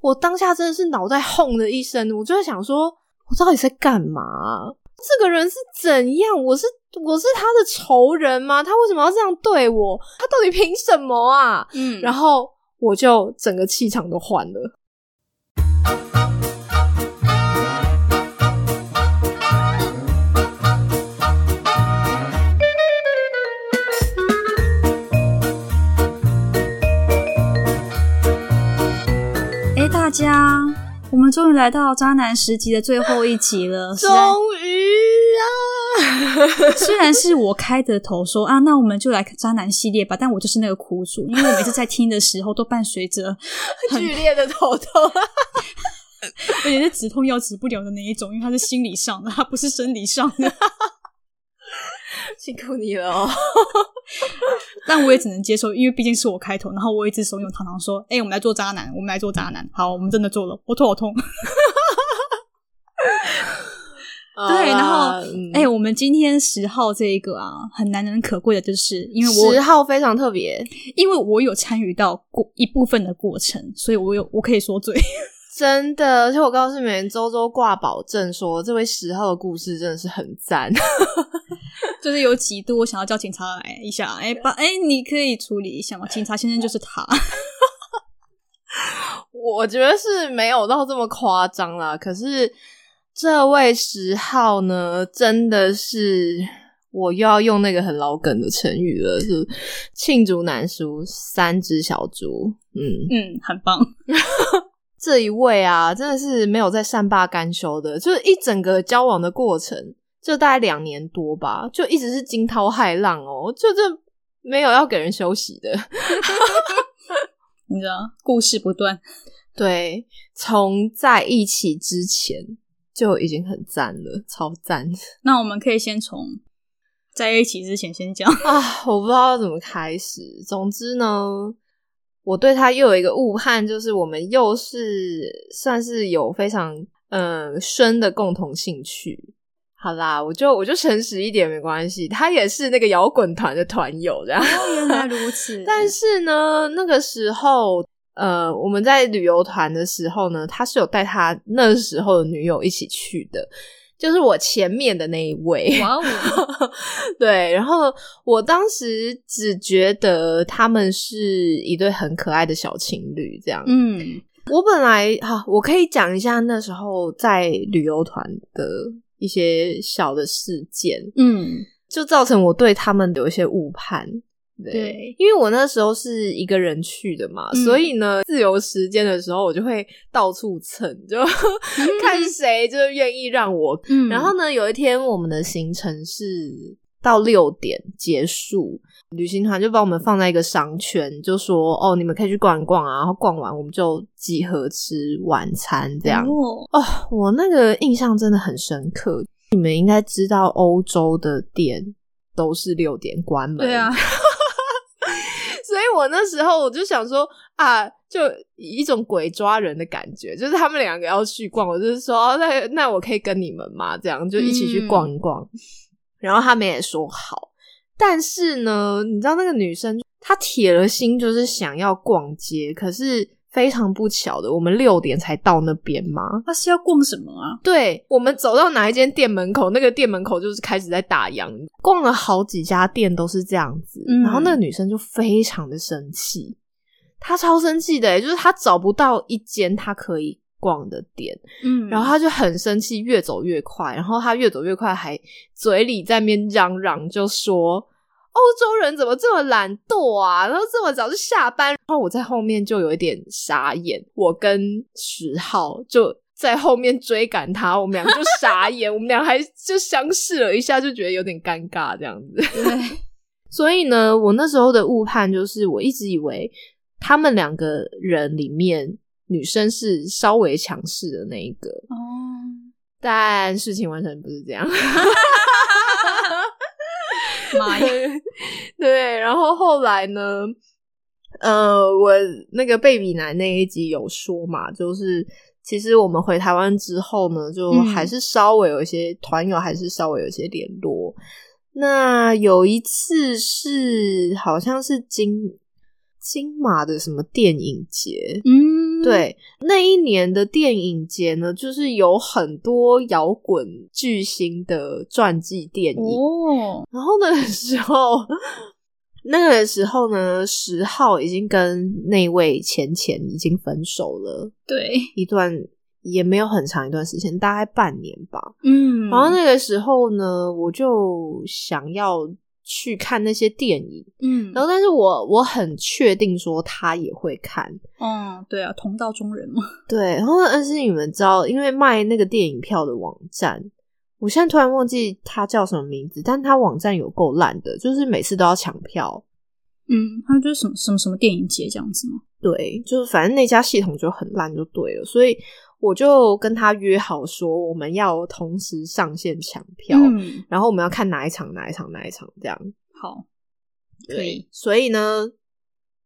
我当下真的是脑袋轰的一声，我就在想说，我到底在干嘛？这个人是怎样？我是我是他的仇人吗？他为什么要这样对我？他到底凭什么啊？嗯然后我就整个气场都换了。哎、大家，我们终于来到渣男十集的最后一集了。实终在于啊！ 虽然是我开的头说啊，那我们就来渣男系列吧，但我就是那个苦主，因为我每次在听的时候都伴随着剧烈的头痛，啊而且是止痛药止不了的那一种，因为它是心理上的，它不是生理上的。 辛苦你了哦。但我也只能接受，因为毕竟是我开头，然后我一直怂恿糖糖说：“哎、我们来做渣男，我们来做渣男。”好，我们真的做了，我头 好痛。对，然后嗯哎、我们今天十号这一个啊，很难能可贵的，就是因为十我号非常特别，因为我有参与到过一部分的过程，所以我有我可以说嘴。 真的，而且我告诉你们，周周挂保证说，这位十号的故事真的是很赞。就是有几度我想要叫警察来一下，哎、把哎、你可以处理一下吗？警察先生就是他， 我觉得是没有到这么夸张啦，可是这位十号呢，真的是我又要用那个很老梗的成语了，是罄竹难书，三只小猪。嗯，嗯，很棒。这一位啊，真的是没有在善罢甘休的，就是一整个交往的过程，就大概两年多吧，就一直是惊涛骇浪哦，就这没有要给人休息的。你知道，故事不断。对，从在一起之前就已经很赞了，超赞那我们可以先从在一起之前先讲。 啊！我不知道要怎么开始。总之呢，我对他又有一个误判，就是我们又是算是有非常嗯深的共同兴趣。好啦，我就我就诚实一点没关系，他也是那个摇滚团的团友，这样。原来如 此但是呢，那个时候，呃，我们在旅游团的时候呢，他是有带他那时候的女友一起去的，就是我前面的那一位。哇哦， 对，然后我当时只觉得他们是一对很可爱的小情侣，这样。嗯，我本来哈、啊我可以讲一下那时候在旅游团的一些小的事件，嗯，就造成我对他们有一些误判。对，对因为我那时候是一个人去的嘛，嗯所以呢，自由时间的时候，我就会到处蹭，就 看谁就是愿意让我。嗯然后呢，有一天我们的行程是到六点结束，旅行团就把我们放在一个商圈，就说哦，你们可以去逛一逛啊，然后逛完我们就集合吃晚餐这样。哦，哦，我那个印象真的很深刻。你们应该知道，欧洲的店都是六点关门，对啊， 所以我那时候我就想说啊，就以一种鬼抓人的感觉，就是他们两个要去逛，我就是说，哦、那那我可以跟你们吗？这样就一起去逛一嗯逛。然后他们也说好，但是呢，你知道那个女生她铁了心就是想要逛街，可是非常不巧的，我们六点才到那边嘛，他是要逛什么啊？对我们走到哪一间店门口，那个店门口就是开始在打烊，逛了好几家店都是这样子。嗯然后那个女生就非常的生气，她超生气的、欸就是她找不到一间她可以逛的店，嗯然后她就很生气，越走越快，然后她越走越快，还嘴里在面嚷嚷，就说。欧洲人怎么这么懒惰啊？然后这么早就下班，然后我在后面就有一点傻眼，我跟十号就在后面追赶他，我们俩就 傻眼，我们俩还就相视了一下，就觉得有点尴尬这样子。对， 所以呢，我那时候的误判就是，我一直以为他们两个人里面女生是稍微强势的那一个，哦，但事情完全不是这样。 妈呀，对，然后后来呢，呃，我那个贝比男那一集有说嘛，就是其实我们回台湾之后呢，就嗯还是稍微有一些团友，还是稍微有一些联络。那有一次是好像是金金马的什么电影节，嗯嗯，对，那一年的电影节呢，就是有很多摇滚巨星的传记电影。哦，然后那个时候，那个时候呢，十号已经跟那位浅浅已经分手了对，一段，也没有很长一段时间，大概半年吧。嗯，然后那个时候呢，我就想要去看那些电影，嗯，然后但是我我很确定说他也会看，哦，对啊，同道中人嘛，对，然后但是你们知道，因为卖那个电影票的网站，我现在突然忘记它叫什么名字，但它网站有够烂的，就是每次都要抢票。嗯，他们就是什么什么什么电影节这样子吗？对，就是反正那家系统就很烂就对了，所以我就跟他约好说，我们要同时上线抢票，嗯，然后我们要看哪一场哪一场哪一场这样。好，对可以，所以呢，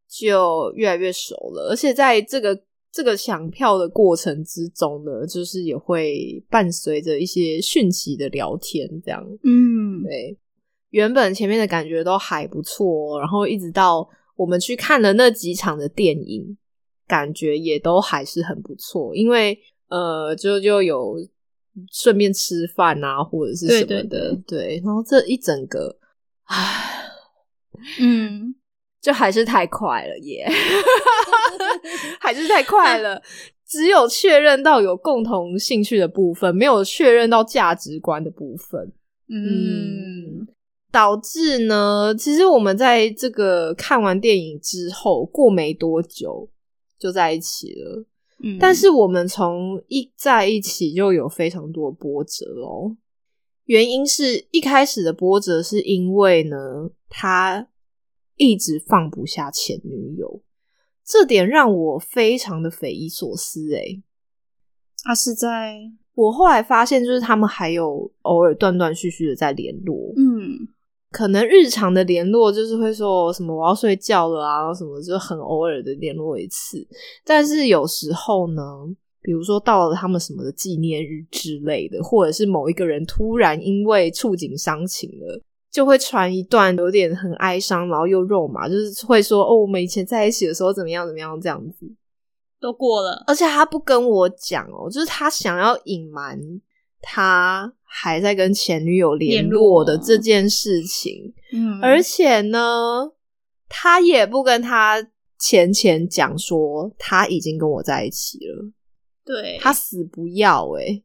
就越来越熟了。而且在这个这个抢票的过程之中呢，就是也会伴随着一些讯息的聊天，这样嗯，对。原本前面的感觉都还不错哦，然后一直到我们去看了那几场的电影，感觉也都还是很不错。因为呃，就就有顺便吃饭啊，或者是什对么的，对对。然后这一整个，唉，嗯，就还是太快了耶，还是太快了。只有确认到有共同兴趣的部分，没有确认到价值观的部分，嗯，导致呢，其实我们在这个看完电影之后，过没多久就在一起了。嗯，但是我们从一在一起就有非常多的波折哦。原因是一开始的波折是因为呢，他一直放不下前女友，这点让我非常的匪夷所思诶、欸他是在，我后来发现，就是他们还有偶尔断断续续的在联络，嗯，可能日常的联络就是会说什么我要睡觉了啊，然后什么就很偶尔的联络一次。但是有时候呢，比如说到了他们什么的纪念日之类的，或者是某一个人突然因为触景伤情了。就会传一段有点很哀伤，然后又肉麻，就是会说哦，我们以前在一起的时候怎么样怎么样这样子。都过了，而且他不跟我讲哦，就是他想要隐瞒他还在跟前女友联络的这件事情。嗯，而且呢，他也不跟他前前讲说他已经跟我在一起了，对，他死不要诶、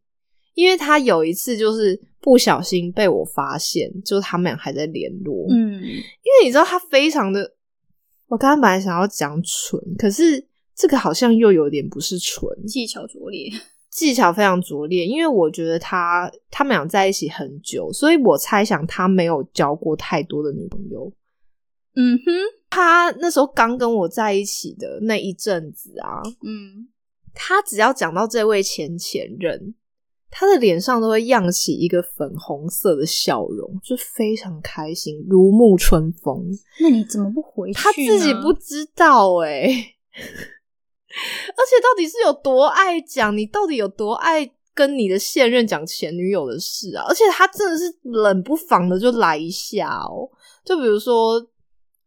因为他有一次就是不小心被我发现，就是他们俩还在联络，嗯，因为你知道他非常的，我刚刚本来想要讲蠢，可是这个好像又有点不是蠢，技巧拙劣，技巧非常拙劣，因为我觉得他他们俩在一起很久，所以我猜想他没有交过太多的女朋友。嗯哼，他那时候刚跟我在一起的那一阵子啊，嗯，他只要讲到这位前前任，他的脸上都会漾起一个粉红色的笑容，就非常开心，如沐春风。那你怎么不回去呢？他自己不知道哎、 而且到底是有多爱讲，你到底有多爱跟你的现任讲前女友的事啊？而且他真的是冷不防的就来一下哦，就比如说，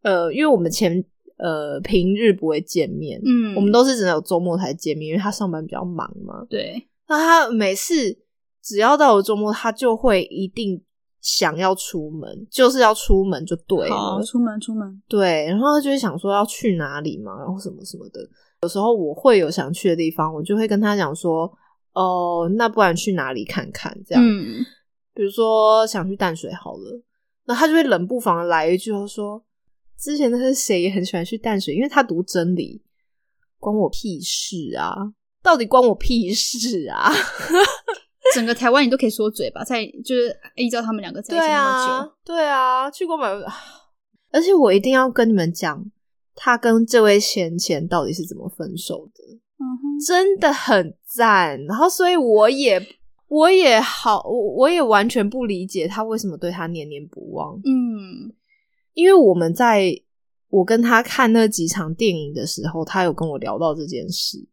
呃，因为我们前呃平日不会见面，嗯，我们都是只有周末才见面，因为他上班比较忙嘛。对，那他每次只要到了周末，他就会一定想要出门，就是要出门就对了好，。出门出门，对，然后他就会想说要去哪里嘛，然后什么什么的。有时候我会有想去的地方，我就会跟他讲说，哦，那不然去哪里看看这样。嗯，比如说想去淡水好了，那他就会冷不防的来一句，他说之前那个谁也很喜欢去淡水，因为他读真理，关我屁事啊！到底关我屁事啊？整个台湾你都可以说嘴吧，在就是依照他们两个在一起对那么啊久，，对啊，去过买， 而且我一定要跟你们讲，他跟这位贤贤到底是怎么分手的。嗯哼，真的很赞。然后，所以我也我也好，我我也完全不理解他为什么对他念念不忘。嗯，因为我们在我跟他看那几场电影的时候，他有跟我聊到这件事。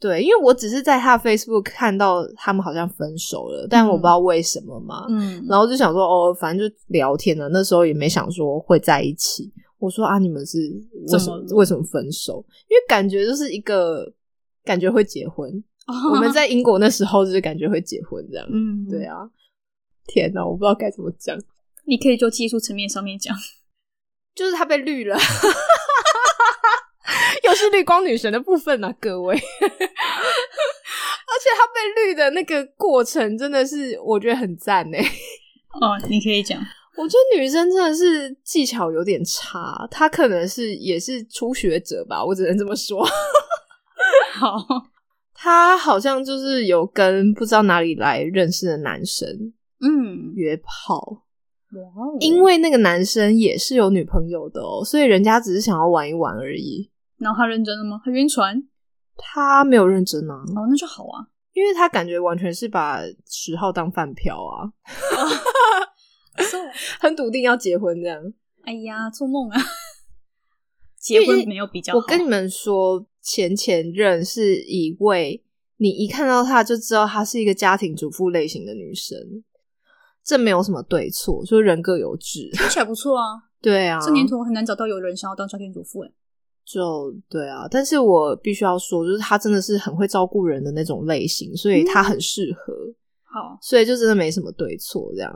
对，因为我只是在他的 Facebook 看到他们好像分手了，但我不知道为什么嘛。嗯，然后就想说，哦，反正就聊天了。那时候也没想说会在一起。我说啊，你们是为什怎么么了为什么分手？因为感觉就是一个感觉会结婚。 我我们在英国那时候就是感觉会结婚这样。嗯，对，啊，天哪，我不知道该怎么讲，你可以就技术层面上面讲，就是他被绿了。 又是绿光女神的部分啊，各位！而 且他被绿的那个过程真的是，我觉得很赞欸呢。哦，你可以讲，我觉得女生真的是技巧有点差，她可能是也是初学者吧，我只能这么说。 好，她好像就是有跟不知道哪里来认识的男生嗯，约炮，哇哦因为那个男生也是有女朋友的哦，所以人家只是想要玩一玩而已。然后他认真了吗？他晕船？他没有认真啊，哦，那就好啊。因为他感觉完全是把十号当饭票啊，哦 So，很笃定要结婚这样。哎呀，做梦啊！ 结婚没有比较好，我跟你们说，前前任是一位，你一看到她就知道她是一个家庭主妇类型的女生，这没有什么对错，就是人各有志。 听起来不错 啊。对啊，这年头很难找到有人想要当家庭主妇哎。就对啊，但是我必须要说，就是她真的是很会照顾人的那种类型，所以她嗯很适合，好，所以就真的没什么对错这样。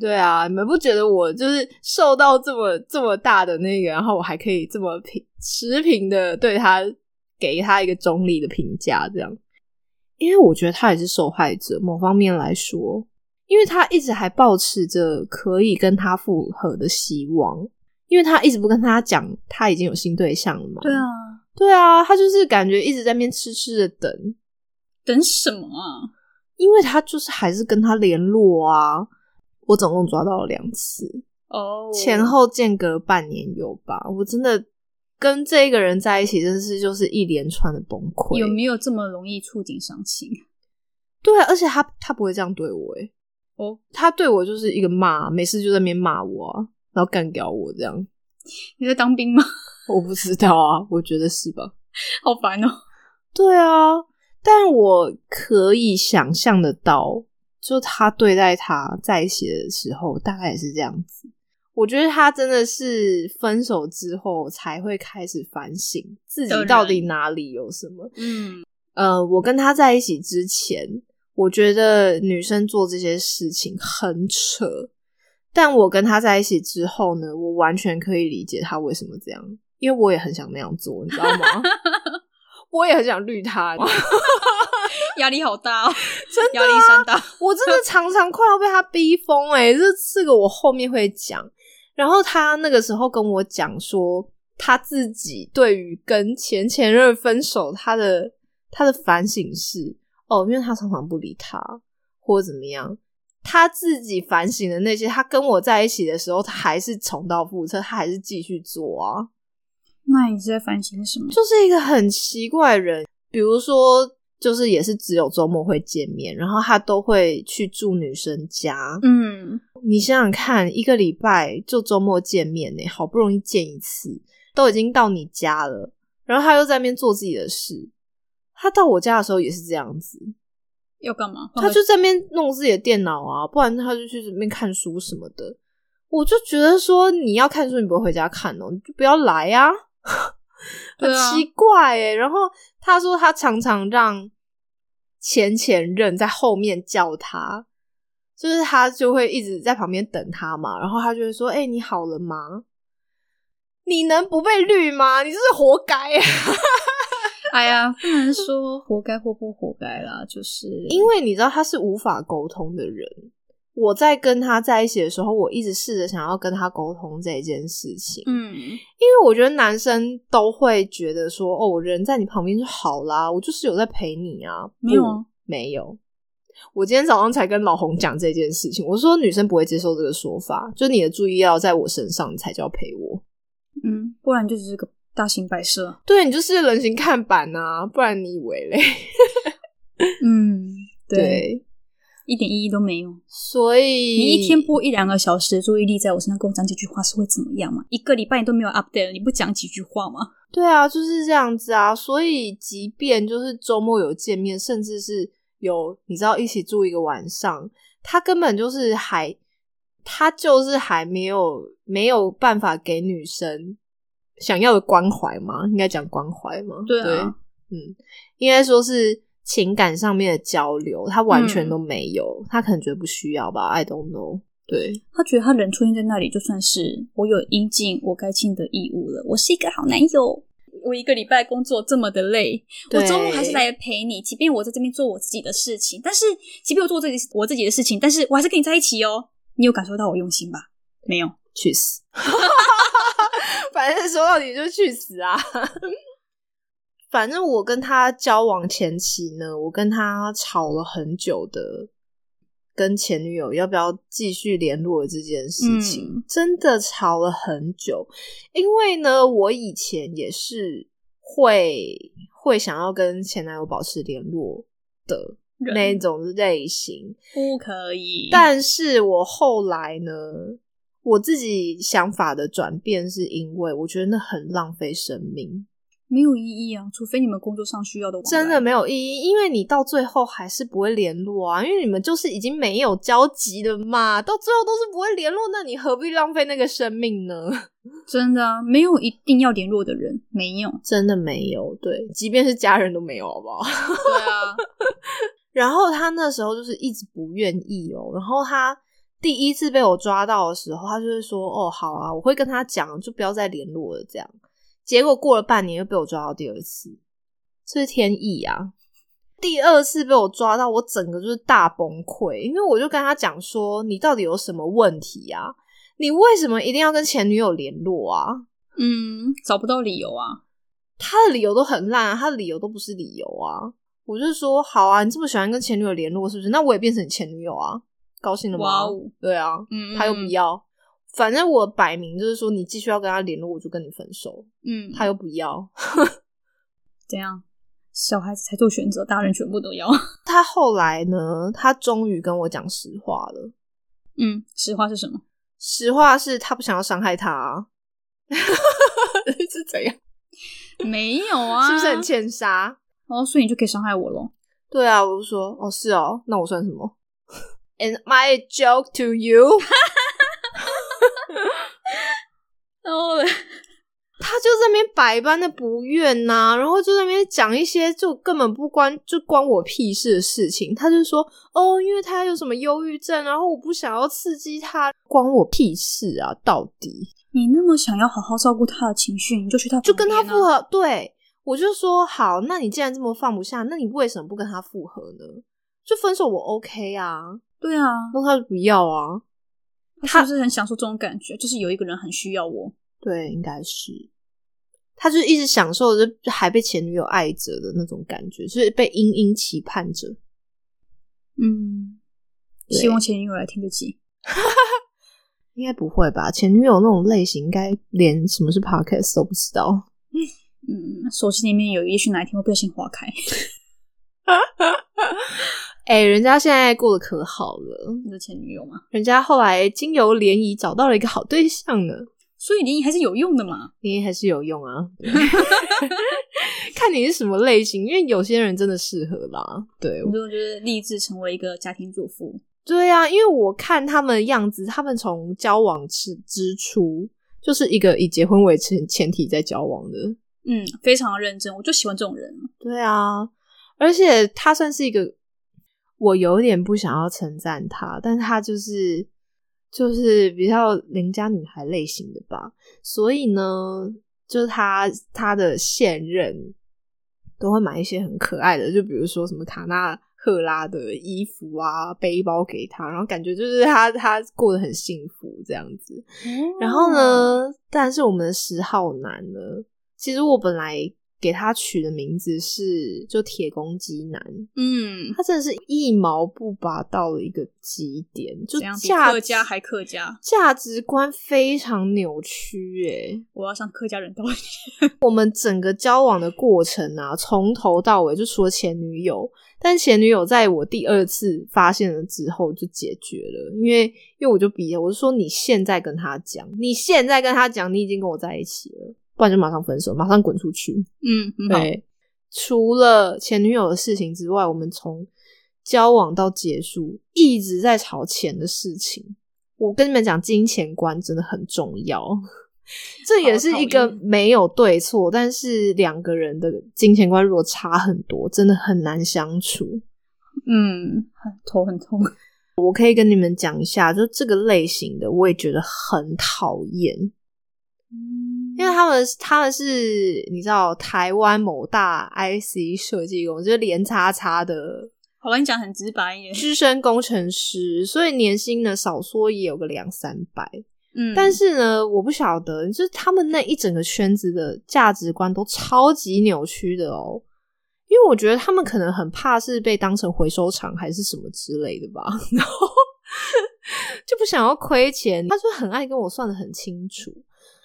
对啊，你们不觉得我就是受到这么这么大的那个，然后我还可以这么平持平的对他给他一个中立的评价，这样？因为我觉得他也是受害者，某方面来说，因为他一直还保持着可以跟他复合的希望，因为他一直不跟他讲他已经有新对象了嘛。对啊，，对啊，他就是感觉一直在那边痴痴的等，等什么啊？因为他就是还是跟他联络啊。我总共抓到了两次，哦，前后间隔半年有吧。我真的跟这个人在一起，真是就是一连串的崩溃。有没有这么容易触景伤情？ 对、啊，而且他他不会这样对我、欸，哦，他对我就是一个骂，每次就在那边骂我啊，然后干掉我这样。你在当兵吗？ 我不知道啊，我觉得是吧？好烦哦。对啊，但我可以想象得到，就他对待他在一起的时候，大概也是这样子。我觉得他真的是分手之后才会开始反省自己到底哪里有什么。嗯，呃，我跟他在一起之前，我觉得女生做这些事情很扯，但我跟他在一起之后呢，我完全可以理解他为什么这样，因为我也很想那样做，你知道吗？ 我也很想绿他，压力好大哦， 真的啊压力山大。我真的常常快要被他逼疯哎、欸，这这个我后面会讲。然后他那个时候跟我讲说，他自己对于跟前前任分手，他的他的反省是哦，因为他常常不理他或者怎么样，他自己反省的那些，他跟我在一起的时候，他还是重蹈覆辙，他还是继续做啊。那你是在反省什么？就是一个很奇怪的人。比如说，就是也是只有周末会见面，然后他都会去住女生家。嗯，你想想看，一个礼拜就周末见面呢、好不容易见一次，都已经到你家了，然后他又在那边做自己的事。他到我家的时候也是这样子，要干嘛？他就在那边弄自己的电脑啊，不然他就去那边看书什么的。我就觉得说，你要看书，你不会回家看哦，你就不要来啊， 很对啊奇怪哎。然后他说，他常常让前前任在后面叫他，就是他就会一直在旁边等他嘛，然后他就会说：“哎、你好了吗？你能不被绿吗？你这是活该、啊。”哎呀，不能说活该或不活该啦，就是因为你知道他是无法沟通的人。我在跟他在一起的时候，我一直试着想要跟他沟通这件事情，嗯，因为我觉得男生都会觉得说，哦，我人在你旁边就好啦，我就是有在陪你啊，没有不啊没有。我今天早上才跟老红讲这件事情，我说女生不会接受这个说法，就你的注意要在我身上，你才叫陪我，嗯，不然就只是个大型摆设。对你就是人形看板啊，不然你以为嘞？嗯，对，对，一点意义都没有。所以你一天播一两个小时的注意力在我身上，跟我讲几句话是会怎么样嘛？一个礼拜你都没有 update，了你不讲几句话吗？对啊，就是这样子啊。所以，即便就是周末有见面，甚至是有你知道一起住一个晚上，他根本就是还他就是还没有没有办法给女生想要的关怀嘛，应该讲关怀嘛。嗯对啊应该说是情感上面的交流，他完嗯全都没有，他可能觉得不需要吧，I don't know。对，他觉得他人出现在那里，就算是我有应尽我该尽的义务了。我是一个好男友，我一个礼拜工作这么的累，我周末还是来陪你。即便我在这边做我自己的事情，但是即便我做自己我自己的事情，但是我还是跟你在一起哦。你有感受到我用心吧？没有，去死！ 反正说到底就去死啊！ 反正我跟他交往前期呢，我跟他吵了很久的，跟前女友要不要继续联络这件事情，嗯真的吵了很久。因为呢，我以前也是会会想要跟前男友保持联络的那一种类型，不可以。但是我后来呢，我自己想法的转变是因为我觉得那很浪费生命。没有意义啊，除非你们工作上需要的往来。真的没有意义，因为你到最后还是不会联络啊，因为你们就是已经没有交集了嘛，到最后都是不会联络，那你何必浪费那个生命呢？。真的啊，没有一定要联络的人，没有真的没有，对，即便是家人都没有，好不好？对啊，然后他那时候就是一直不愿意哦，然后他第一次被我抓到的时候，他就会说：“哦，好啊，我会跟他讲，就不要再联络了。”这样，结果过了半年又被我抓到第二次，这是天意啊！第二次被我抓到，我整个就是大崩溃，因为我就跟他讲说：“你到底有什么问题啊？你为什么一定要跟前女友联络啊？”嗯，找不到理由啊。他的理由都很烂、啊，他的理由都不是理由啊。我就说，好啊，你这么喜欢跟前女友联络，是不是？那我也变成你前女友啊，高兴了吗？哇哦，对啊，嗯，他又不要，反正我摆明就是说，你继续要跟他联络，我就跟你分手。嗯，他又不要，怎样？小孩子才做选择，大人全部都要。他后来呢，他终于跟我讲实话了。嗯，实话是什么？实话是他不想要伤害他、啊， 是怎样？没有啊， 是不是很？欠杀？哦，所以你就可以伤害我喽。对啊，我就说，哦，是哦，那我算什么 ？Am I a joke to you？哦，他就在那边百般的不愿呐、然后就在那边讲一些就根本不关就关我屁事的事情。他就说哦，因为他有什么忧郁症，然后我不想要刺激他，关我屁事啊！到底你那么想要好好照顾他的情绪，你就去他、啊就跟他复。合，对我就说好，那你既然这么放不下，那你为什么不跟他复合呢？就分手我 OK 啊，对啊，那他就不要啊，他是不是很享受这种感觉？就是有一个人很需要我。对，应该是。他就一直享受着还被前女友爱着的那种感觉，就是被殷殷期盼着。嗯，对希望前女友来听得起。应该不会吧？前女友那种类型，应该连什么是 podcast 都不知道。嗯，手机里面有，也许哪一天会不小心划开。哎、人家现在过得可好了，你的前女友吗？人家后来经由联谊找到了一个好对象呢，所以联谊还是有用的嘛。联谊还是有用啊。对 看你是什么类型，因为有些人真的适合啦。对，我就就是立志成为一个家庭主妇。对啊，因为我看他们的样子，他们从交往之之初，就是一个以结婚为前前提在交往的。嗯，非常认真，我就喜欢这种人。对啊，而且他算是一个，我有点不想要称赞他，但是他就是就是比较邻家女孩类型的吧，所以呢，就是他他的现任都会买一些很可爱的，就比如说什么卡纳。赫拉的衣服啊，背包给他，然后感觉就是他他过得很幸福这样子。然后？呢，但是我们的十号男呢，其实我本来给他取的名字是就铁公鸡男，嗯，他真的是一毛不拔到了一个极点，就怎样比价客值家还客家？价值观非常扭曲耶。我要向客家人道歉。 我们整个交往的过程啊，从头到尾就除了前女友，但前女友在我第二次发现了之后就解决了，因为因为我就逼他，我就说你现在跟他讲，你现在跟他讲，你已经跟我在一起了，不然就马上分手，马上滚出去。嗯，很好。对，除了前女友的事情之外，我们从交往到结束一直在吵钱的事情。我跟你们讲，金钱观真的很重要。 这也是一个没有对错，但是两个人的金钱观如果差很多，真的很难相处。嗯，头很痛。我可以跟你们讲一下，就这个类型的，我也觉得很讨厌，因为他们他们是你知道台湾某大 IC 设计公司，就是连叉叉的好吧，你讲很直白耶。资深工程师，所以年薪呢少说也有个两三百。 嗯，但是呢，我不晓得，就是他们那一整个圈子的价值观都超级扭曲的哦。因为我觉得他们可能很怕是被当成回收厂还是什么之类的吧， 然后就不想要亏钱。他就很爱跟我算的很清楚。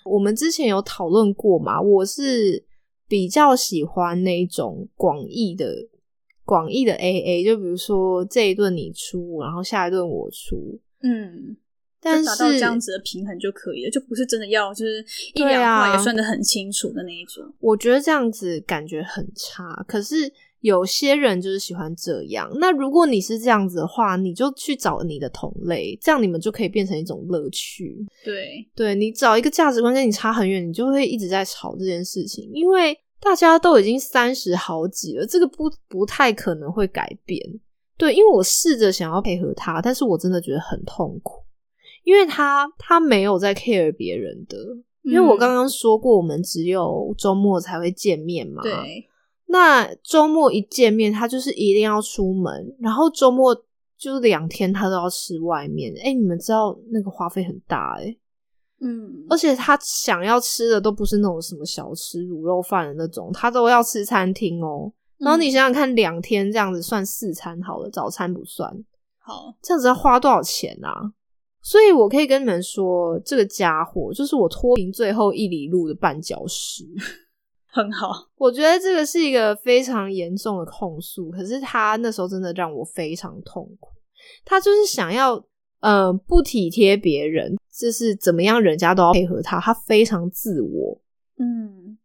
我们之前有讨论过嘛，我是比较喜欢那一种广义的广义的 AA，就比如说这一顿你出，然后下一顿我出，嗯，但就达到这是样子的平衡就可以了，就不是真的要就是一对两啊块也算得很清楚的那一种。我觉得这样子感觉很差，可是有些人就是喜欢这样。那如果你是这样子的话，你就去找你的同类，这样你们就可以变成一种乐趣。对，对你找一个价值观跟你差很远，你就会一直在吵这件事情，因为大家都已经三十好几了，这个不不太可能会改变。对，因为我试着想要配合他，但是我真的觉得很痛苦，因为他他没有在 care 别人的，因为我刚刚说过，我们只有周末才会见面嘛。嗯。对，那周末一见面，他就是一定要出门，然后周末就是两天他都要吃外面。哎、你们知道那个花费很大哎、嗯，而且他想要吃的都不是那种什么小吃卤肉饭的那种，他都要吃餐厅哦。然后你嗯想想看，两天这样子算四餐好了，早餐不算，好，这样子要花多少钱啊？所以我可以跟你们说，这个家伙就是我脱贫最后一里路的绊脚石。很好，我觉得这个是一个非常严重的控诉，可是他那时候真的让我非常痛苦。他就是想要，嗯、不体贴别人，就是怎么样，人家都要配合他，他非常自我。嗯。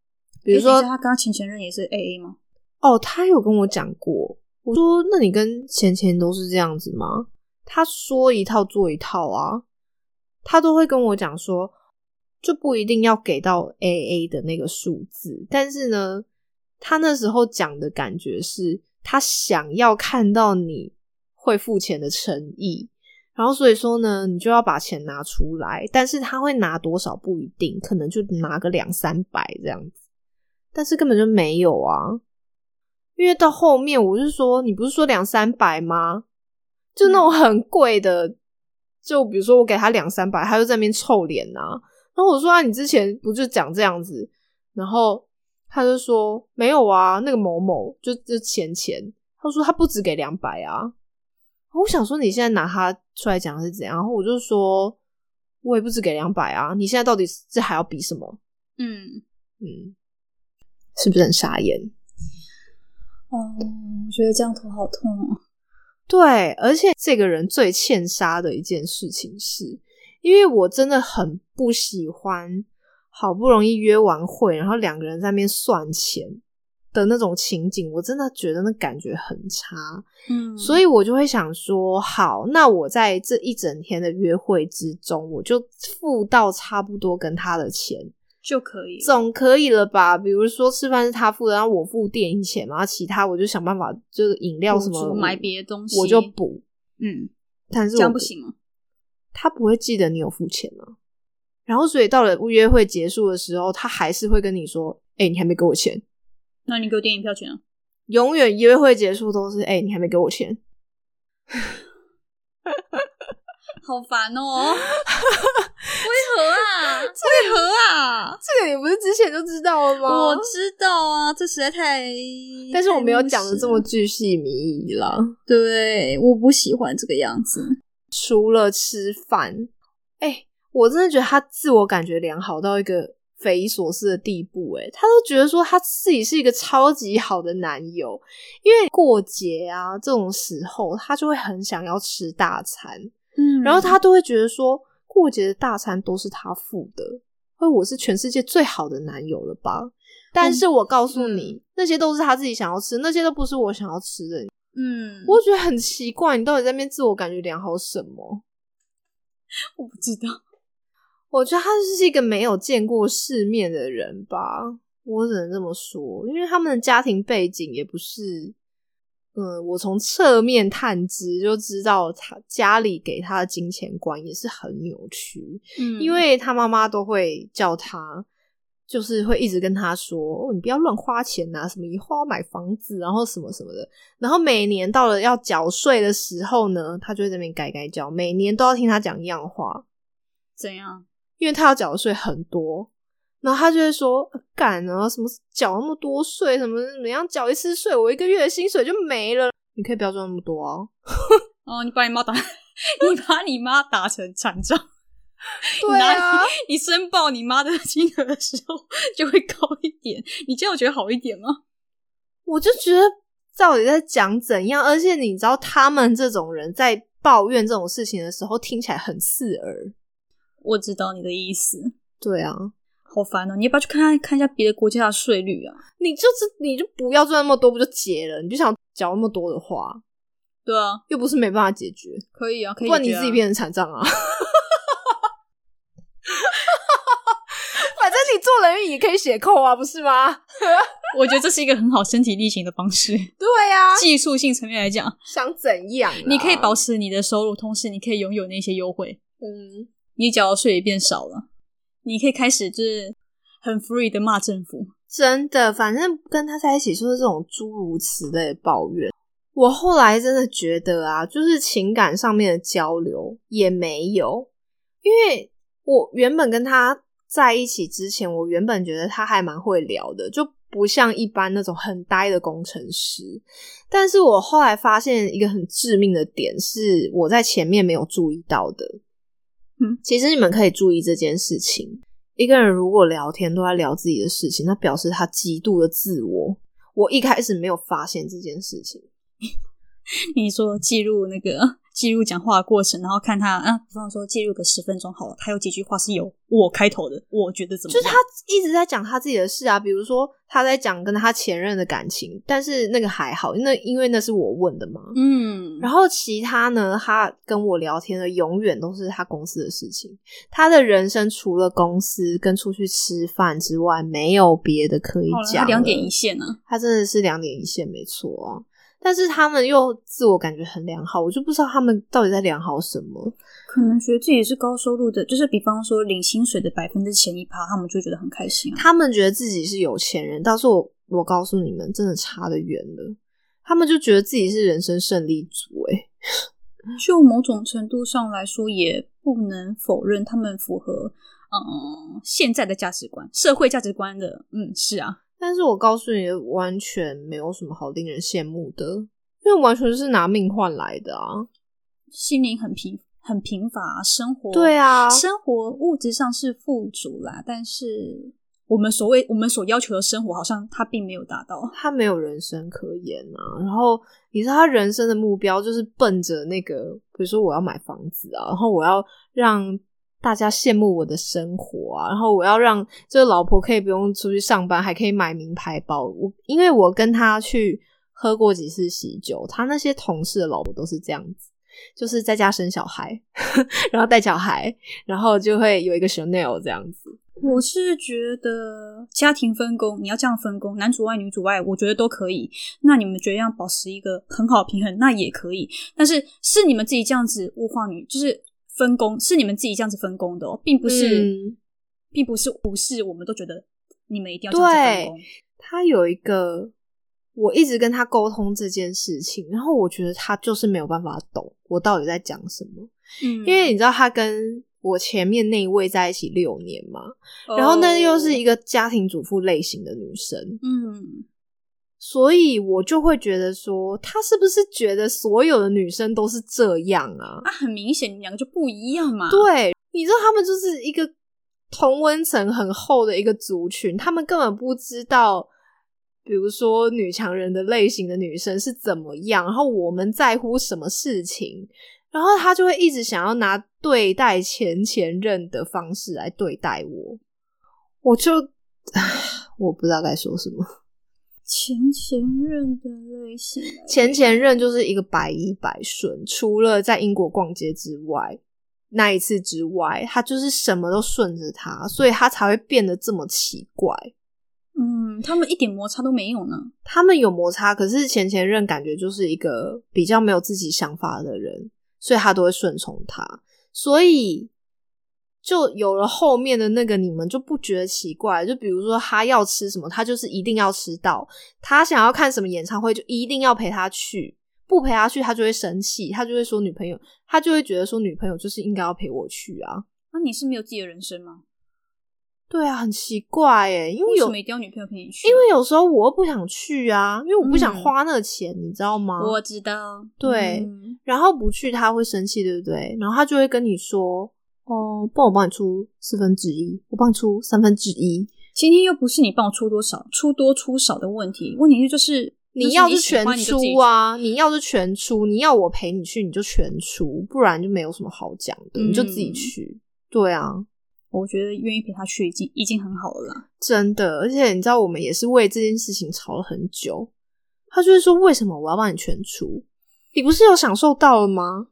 比如诶你说知，道他跟他前前任也是 A A 吗？哦，他有跟我讲过，我说那你跟钱钱都是这样子吗？他说一套做一套啊，他都会跟我讲说，就不一定要给到 A A 的那个数字，但是呢，他那时候讲的感觉是他想要看到你会付钱的诚意。然后所以说呢，你就要把钱拿出来，但是他会拿多少不一定，可能就拿个两三百这样子，但是根本就没有啊。因为到后面我是说，你不是说两三百吗？就那种很贵的，就比如说我给他两三百，他就在那边臭脸呐、啊。然后我说啊，你之前不就讲这样子？然后他就说没有啊，那个某某就就钱钱，他说他不止给两百啊。我想说你现在拿他出来讲是怎样？然后我就说，我也不止给两百啊，你现在到底是这还要比什么？嗯，嗯，是不是很傻眼？哦，我觉得这样头好痛哦。对，而且这个人最欠杀的一件事情是，因为我真的很不喜欢好不容易约完会，然后两个人在那边算钱的那种情景，我真的觉得那感觉很差，嗯所以以我就会想说，好，那我在这一整天的约会之中，我就付到差不多跟他的钱，就可以了。总可以了吧？比如说吃饭是他付的，然后我付电影钱嘛，其他我就想办法，就是饮料补什么足买别的东西，我就补。嗯，但是这我样不不行吗？哦他不会记得你有付钱啊。然后，所以到了约会结束的时候，他还是会跟你说：“哎、你还没给我钱。那你给我电影票钱啊？”永远约会结束都是：“哎、你还没给我钱。好烦 哦！为何啊？为何啊”？这个你不是之前就知道了吗？我知道啊，这实在太……但是我没有太讲的这么巨细靡遗啦。对，我不喜欢这个样子。除了呃吃饭，哎、我真的觉得他自我感觉良好到一个匪夷所思的地步、哎，他都觉得说他自己是一个超级好的男友，因为过节啊这种时候，他就会很想要吃大餐。嗯然后他都会觉得说，过节的大餐都是他付的，而我是全世界最好的男友了吧？嗯但是我告诉你，那些都是他自己想要吃，那些都不是我想要吃的。嗯，我觉得很奇怪，你到底在那边自我感觉良好什么？我不知道。我觉得他就是一个没有见过世面的人吧，我只能这么说，因为他们的家庭背景也不是，嗯，我从侧面探知就知道他家里给他的金钱观也是很扭曲，嗯因为他妈妈都会叫他，就是会一直跟他说：“哦，你不要乱花钱呐、什么以后要买房子，然后什么什么的。”然后每年到了要缴税的时候呢，他就会在那边改改缴，每年都要听他讲一样的话，怎样？因为他要缴的税很多。然后他就会说：“呃干啊，什么缴那么多税，什么怎么样缴一次税，我一个月的薪水就没了。你可以不要赚那么多啊。”哦，你把你妈打， 你把你妈打成残障。对啊，你申报你妈的金额的时候就会高一点，你这样有觉得好一点哦吗？我就觉得到底在讲怎样？而且你知道，他们这种人在抱怨这种事情的时候，听起来很刺耳。我知道你的意思，对啊，好烦哦！你要不要去看看看一下别的国家的税率啊？你就是你就不要赚那么多，不就结了？你就想缴那么多的话，对啊，又不是没办法解决，可以啊，可不以、然你自己。变成残障啊。 反正你坐人也可以写扣啊，不是吗？ 我觉得这是一个很好身体力行的方式。对呀、技术性层面来讲，想怎样啊、啊你可以保持你的收入，同时你可以拥有那些优惠，嗯，你缴的税也变少了，你可以开始就是很 free 的骂政府。 真的，反正跟他在一起就是这种诸如此类的抱怨。我后来真的觉得啊，就是情感上面的交流也没有，因为我原本跟他在一起之前，我原本觉得他还蛮会聊的，就不像一般那种很呆的工程师。但是我后来发现一个很致命的点，是我在前面没有注意到的。嗯，其实你们可以注意这件事情，一个人如果聊天都在聊自己的事情，那表示他极度的自我。我一开始没有发现这件事情，你说记录那个记录讲话的过程，然后看他，啊，比方说记录个十分钟好了，他有几句话是由我开头的，我觉得怎么就样？是他一直在讲他自己的事啊，比如说他在讲跟他前任的感情，但是那个还好，那因为那是我问的嘛。嗯，然后其他呢，他跟我聊天的永远都是他公司的事情，他的人生除了公司跟出去吃饭之外，没有别的可以好了，讲哦他了。两点一线啊呢、他真的是两点一线，没错啊。但是他们又自我感觉很良好，我就不知道他们到底在良好什么。可能觉得自己是高收入的，就是比方说领薪水的百分之前一趴，他们就会觉得很开心啊。他们觉得自己是有钱人，但是我我告诉你们，真的差得远了。他们就觉得自己是人生胜利组、欸，诶，就某种程度上来说，也不能否认他们符合嗯现在的价值观、社会价值观的。嗯，是啊，但是我告诉你，完全没有什么好令人羡慕的，因为完全是拿命换来的啊。心灵很贫很贫乏，生活对啊，生活物质上是富足啦，但是我们所谓我们所要求的生活，好像他并没有达到。他没有人生可言啊。然后你知道他人生的目标就是奔着那个，比如说我要买房子啊，然后我要让大家羡慕我的生活啊，然后我要让这个老婆可以不用出去上班，还可以买名牌包。我因为我跟他去喝过几次喜酒，他那些同事的老婆都是这样子。就是在家生小孩， 然后带小孩，然后就会有一个 Chanel 这样子。我是觉得家庭分工，你要这样分工，男主外女主外，我觉得都可以。那你们觉得要保持一个很好的平衡，那也可以。但是是你们自己这样子物化女，就是分工，是你们自己这样子分工的哦，并不是，嗯并不是不是，我们都觉得你们一定要这样子分工。他有一个，我一直跟他沟通这件事情，然后我觉得他就是没有办法懂我到底在讲什么，嗯因为你知道他跟我前面那一位在一起六年嘛，然后那又是一个，个家庭主妇类型的女生，嗯，所以我就会觉得说，他是不是觉得所有的女生都是这样啊？啊，很明显，你们两个就不一样嘛。对，你知道他们就是一个同温层很厚的一个族群，他们根本不知道，比如说女强人的类型的女生是怎么样，然后我们在乎什么事情，然后他就会一直想要拿对待前前任的方式来对待我，我就 我不知道该说什么。前前任的类型，前前任就是一个百依百顺，除了在英国逛街之外，那一次之外，他就是什么都顺着他，所以他才会变得这么奇怪。嗯，他们一点摩擦都没有呢。他们有摩擦，可是前前任感觉就是一个比较没有自己想法的人，所以他都会顺从他，所以就有了后面的那个，你们就不觉得奇怪。就比如说他要吃什么，他就是一定要吃到；他想要看什么演唱会，就一定要陪他去。不陪他去，他就会生气，他就会说女朋友，他就会觉得说女朋友就是应该要陪我去啊。那、你是没有自己的人生吗？对啊，很奇怪耶，因为为什有么一定要女朋友陪你去？因为有时候我又不想去啊，因为我不想嗯花那个钱，你知道吗？我知道，对嗯然后不去他会生气，对不对？然后他就会跟你说：“哦，不然我帮你出四分之一，我帮你出三分之一。今天又不是你帮我出多少、出多出少的问题，问题就是你要是是全出！啊，你要是全出，你要我陪你去，你就全出，不然就没有什么好讲的，嗯你就自己去。对啊，我觉得愿意陪他去已经已经很好了啦。真的。而且你知道，我们也是为这件事情吵了很久。他就是说，为什么我要帮你全出？你不是有享受到了吗？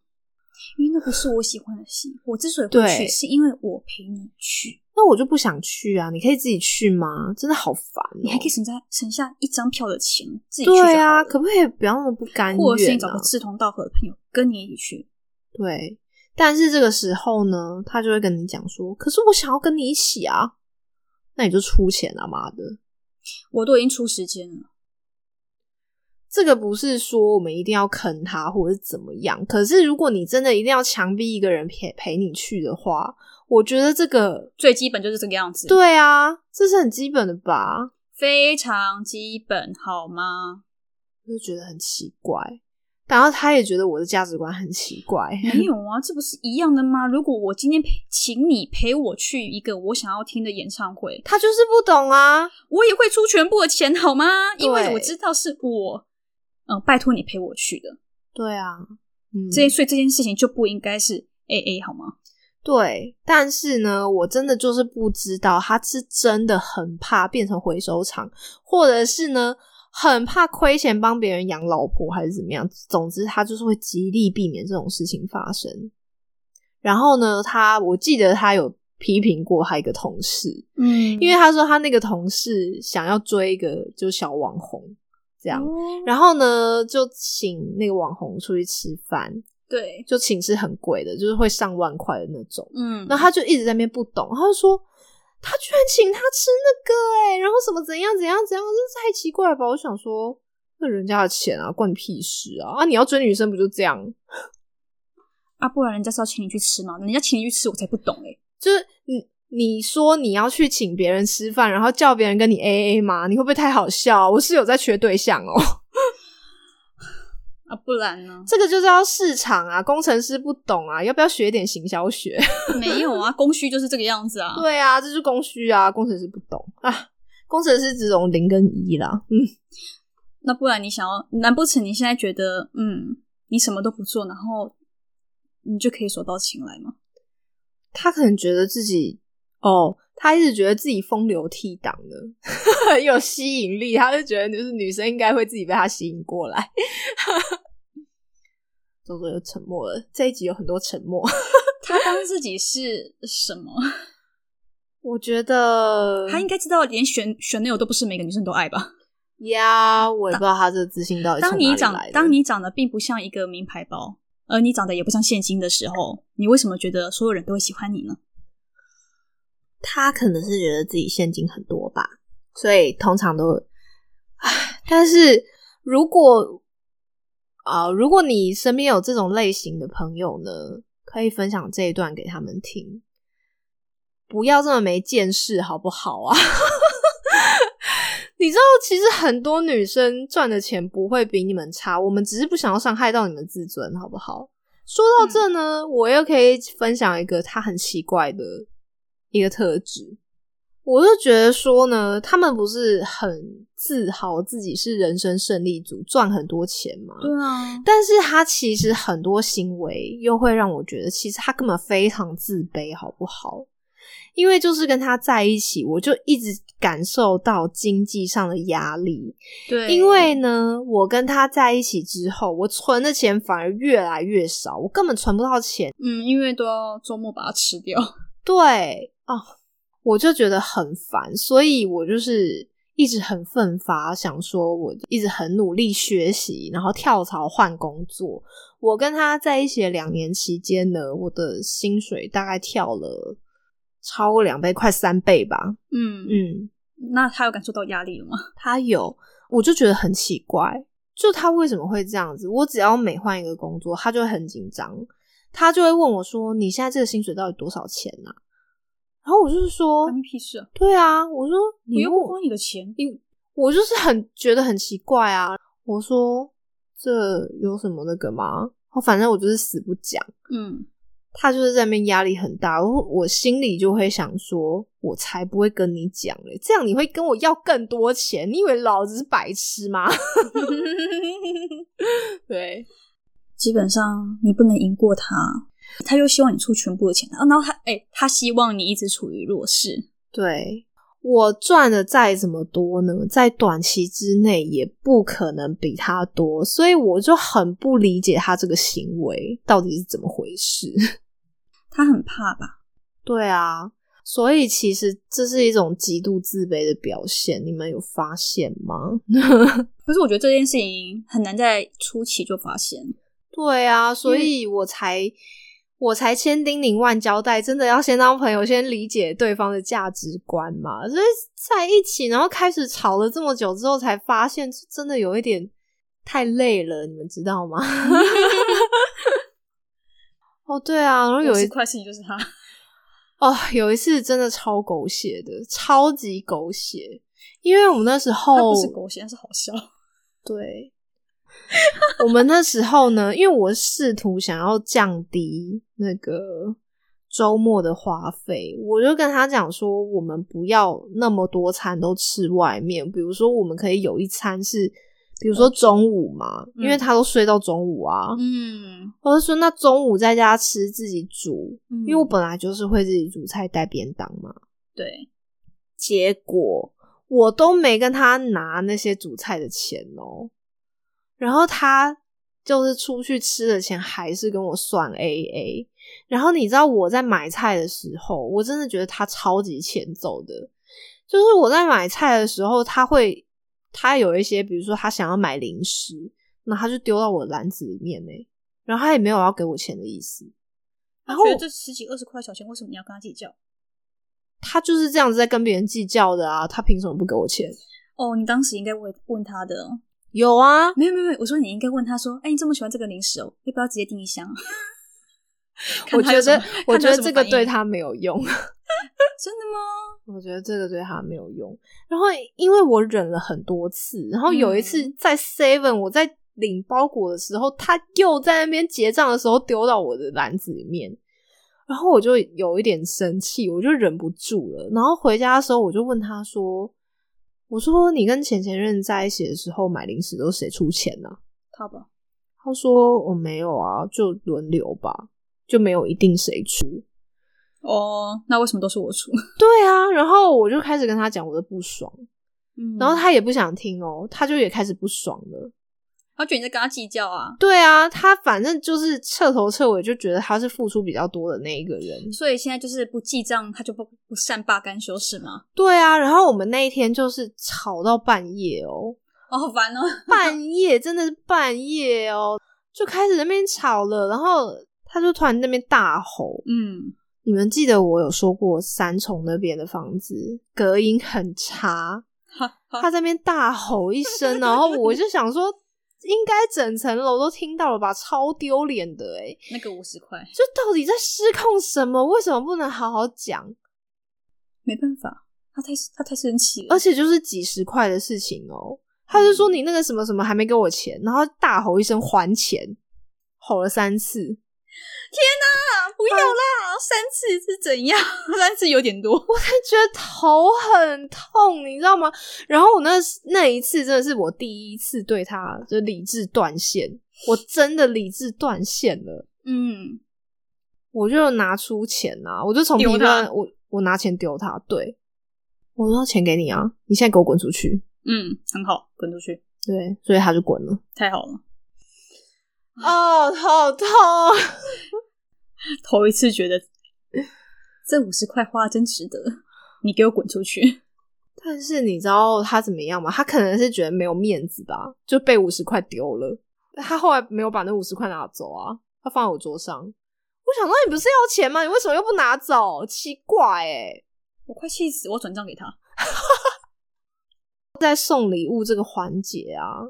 因为那不是我喜欢的戏。我之所以会对去，是因为我陪你去，那我就不想去啊！你可以自己去吗？真的好烦、哦。你还可以省下省下一张票的钱，自己去就好对啊，了可不可以不要那么不甘或者是你愿找啊个？志同道合的朋友跟你一起去。对，但是这个时候呢，他就会跟你讲说：“可是我想要跟你一起啊，那你就出钱啊，妈的！我都已经出时间了，这个不是说我们一定要坑他或者是怎么样，可是如果你真的一定要强逼一个人陪陪你去的话，我觉得这个最基本就是这个样子，，对啊，这是很基本的吧？非常基本，好吗？ 我就觉得很奇怪，然后他也觉得我的价值观很奇怪，没有啊，这不是一样的吗？如果我今天陪，请你陪我去一个我想要听的演唱会，他就是不懂啊。我也会出全部的钱，好吗？因为对我知道是我，嗯、拜托你陪我去的。对啊，嗯，这所以这件事情就不应该是 A A 好吗？对，但是呢，我真的就是不知道，他是真的很怕变成回收厂，或者是呢，很怕亏钱帮别人养老婆，还是怎么样。总之，他就是会极力避免这种事情发生。然后呢，他我记得他有批评过他一个同事，嗯因为他说他那个同事想要追一个就小网红这样，哦然后呢就请那个网红出去吃饭，对，就请是很贵的，就是会上万块的那种。嗯，然后他就一直在那边不懂，他就说他居然请他吃那个哎、欸，然后什么怎样怎样怎样，这太奇怪了吧！我想说，那人家的钱啊，关你屁事啊！啊，你要追女生不就这样？啊，不然人家是要请你去吃吗？人家请你去吃，我才不懂哎、就是你你说你要去请别人吃饭，然后叫别人跟你 A A 吗？你会不会太好笑啊、我是有在缺对象哦，？啊，不然呢 这个就是要市场啊，工程师不懂啊，要不要学一点行销学？ 没有啊，供需就是这个样子啊。对啊，这就是供需啊，工程师不懂啊，工程师只懂零跟一啦，嗯。那不然你想要，难不成你现在觉得，嗯，你什么都不做，然后你就可以手到擒来吗？他可能觉得自己哦，他一直觉得自己风流倜傥的， 很有吸引力，他就觉得就是女生应该会自己被他吸引过来。 周周又沉默了，这一集有很多沉默。他当自己是什么？我觉得 他应该知道，连选选女友都不是每个女生都爱吧？呀，我也不知道他这个自信到底当从哪你里长来的当你长得并不像一个名牌包，而你长得也不像现金的时候，你为什么觉得所有人都会喜欢你呢？他可能是觉得自己现金很多吧，所以通常都，唉但是如果啊、如果你身边有这种类型的朋友呢，可以分享这一段给他们听，不要这么没见识好不好啊？ 你知道，其实很多女生赚的钱不会比你们差，我们只是不想要伤害到你们自尊，好不好？说到这呢，我又可以分享一个他很奇怪的一个特质。我就觉得说呢，他们不是很自豪自己是人生胜利组，赚很多钱吗？啊，但是他其实很多行为又会让我觉得，其实他根本非常自卑，好不好？因为就是跟他在一起，我就一直感受到经济上的压力。对，因为呢，我跟他在一起之后，我存的钱反而越来越少，我根本存不到钱。嗯，因为都要周末把它吃掉。 对哦，我就觉得很烦，所以我就是一直很奋发，想说我一直很努力学习，然后跳槽换工作。我跟他在一起的两年期间呢，我的薪水大概跳了超过两倍，快三倍吧。嗯嗯，嗯，那他有感受到压力了吗？他有，我就觉得很奇怪，就他为什么会这样子？我只要每换一个工作，他就会很紧张，他就会问我说：“你现在这个薪水到底多少钱呢、然后我就是说关你屁事啊！对啊，我说我嗯你又问不我，花你的钱。我就是很觉得很奇怪啊。我说这有什么那个吗？哦反正我就是死不讲。嗯，他就是在那边压力很大，我我心里就会想说，我才不会跟你讲嘞，这样你会跟我要更多钱，你以为老子是白痴吗？对，基本上你不能赢过他，他又希望你出全部的钱，啊然后他哎、他希望你一直处于弱势。对我赚的再怎么多呢，在短期之内也不可能比他多，所以我就很不理解他这个行为到底是怎么回事。 他很怕吧？对啊，所以其实这是一种极度自卑的表现，你们有发现吗？可是我觉得这件事情很难在初期就发现。对啊，嗯所以我才我才千叮咛万交代，真的要先当朋友，先理解对方的价值观嘛。所以在一起，然后开始吵了这么久之后，才发现真的有一点太累了，你们知道吗？ 哦，对啊，然后有一块事情就是他，哦，有一次真的超狗血的，超级狗血，因为我们那时候他不是狗血，他是好笑。 对，我们那时候呢，因为我试图想要降低那个周末的花费，我就跟他讲说，我们不要那么多餐都吃外面，比如说我们可以有一餐是，比如说中午嘛，因为嗯他都睡到中午啊，嗯，我就说那中午在家吃自己煮，因因为我本来就是会自己煮菜带便当嘛，对结果我都没跟他拿那些煮菜的钱哦，然后他就是出去吃的钱还是跟我算 A A，然后你知道我在买菜的时候，我真的觉得他超级欠揍的，就是我在买菜的时候，他会他有一些，比如说他想要买零食，那他就丢到我的篮子里面呢，欸然后他也没有要给我钱的意思，然然后后这十几二十块小钱，为什么你要跟他计较？他就是这样子在跟别人计较的啊，他凭什么不给我钱？哦，你当时应该问问他的，有啊，没有没有没有，我说你应该问他说，哎、你这么喜欢这个零食哦，要不要直接订一 箱？看我他觉有什得么，我看他觉得有什么这个反应对他没有用， 真的吗？ 我觉得这个对他没有用。然后因为我忍了很多次，然后有一次嗯在 Seven 我在领包裹的时候，他又在那边结账的时候丢到我的篮子里面，然后我就有一点生气，我就忍不住了。然后回家的时候，我就问他说：“我说你跟前前任在一起的时候买零食都是谁出钱呢、他吧，他说：“我、没有啊，就轮流吧，就没有一定谁出。”哦，那为什么都是我出？对啊，然后我就开始跟他讲我的不爽， 嗯然后他也不想听哦，他就也开始不爽了。他觉得你在跟他计较啊，对啊，他反正就是彻头彻尾就觉得他是付出比较多的那一个人。所以现在就是不记账，他就不不善罢甘休是吗？对啊，然后我们那一天就是吵到半夜哦，哦，好烦哦，半夜真的是半夜哦，就开始那边吵了，然后他就突然那边大吼，嗯，你们记得我有说过三重那边的房子隔音很差，哈他在那边大吼一声，然后我就想说，应该整层楼都听到了吧，超丢脸的诶、 那个五十块就到底在失控什么？为什么不能好好讲？没办法，哦他太他太生气了，而且就是几十块的事情哦、他就嗯说你那个什么什么还没给我钱，然后大吼一声还钱，吼了三次。啊不要啦，三次是怎样？ 三次有点多，我才觉得头很痛，你知道吗？然后我那那一次真的是我第一次对他就理智断线，我真的理智断线了。嗯，我就拿出钱啊，我就从皮丢他包我我拿钱丢他，对我说钱给你啊，你现在给我滚出去。嗯，很好，滚出去，对，所以他就滚了。太好了，哦，好痛！头一次觉得 这五十块花真值得，你给我滚出去！但是你知道他怎么样吗？他可能是觉得没有面子吧，就被五十块丢了。他后来没有把那五十块拿走啊，他放在我桌上。我想说，你不是要钱吗？你为什么又不拿走？奇怪哎、 我快气死，我转账给他。在送礼物这个环节啊，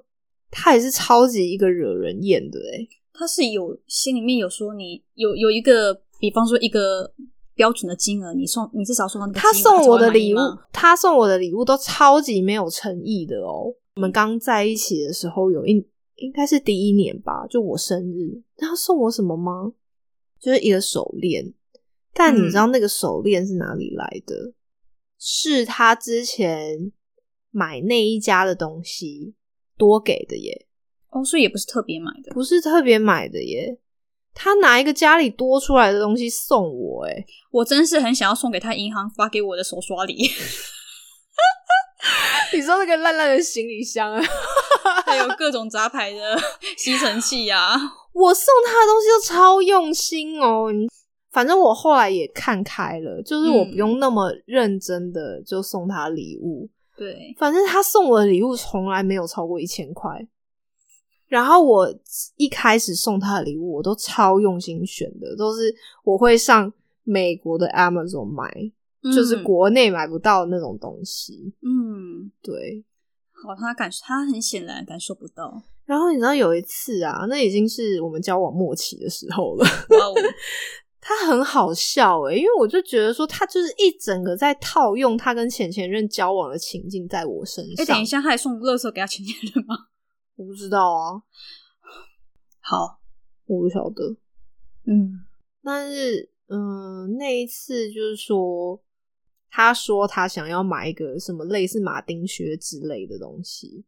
他也是超级一个惹人厌的哎、他是有心里面有说你有有一个，比方说一个标准的金额，你送你至少送到那个金他额，送我的礼物他才会满意吗，他送我的礼物都超级没有诚意的哦。我们刚在一起的时候，有一应该是第一年吧，就我生日，他送我什么吗？就是一个手链，但你知道那个手链是哪里来的？是他之前买那一家的东西多给的耶，哦，所以也不是特别买的。不是特别买的耶。他拿一个家里多出来的东西送我，哎，我真是很想要送给他银行发给我的手刷 礼，你说那个烂烂的行李箱啊？还有各种杂牌的吸尘器啊呀、我送他的东西都超用心哦。你反正我后来也看开了，就是我不用那么认真的就送他礼物。 对，反正他送我的礼物从来没有超过一千块。然后我一开始送他的礼物，我都超用心选的，都是我会上美国的 Amazon 买，就是嗯国内买不到那种东西。嗯，对，好，他感他很显然感受不到。然后你知道有一次啊，那已经是我们交往末期的时候了。哇哦， 他很好笑诶、因为我就觉得说他就是一整个在套用他跟前前任交往的情境在我身哎、上。等一，下，他还送乐色给他前前任吗？我不知道啊，好，我不晓得。嗯，但是，嗯，那一次就是说，他说他想要买一个什么类似马丁靴之类的东西，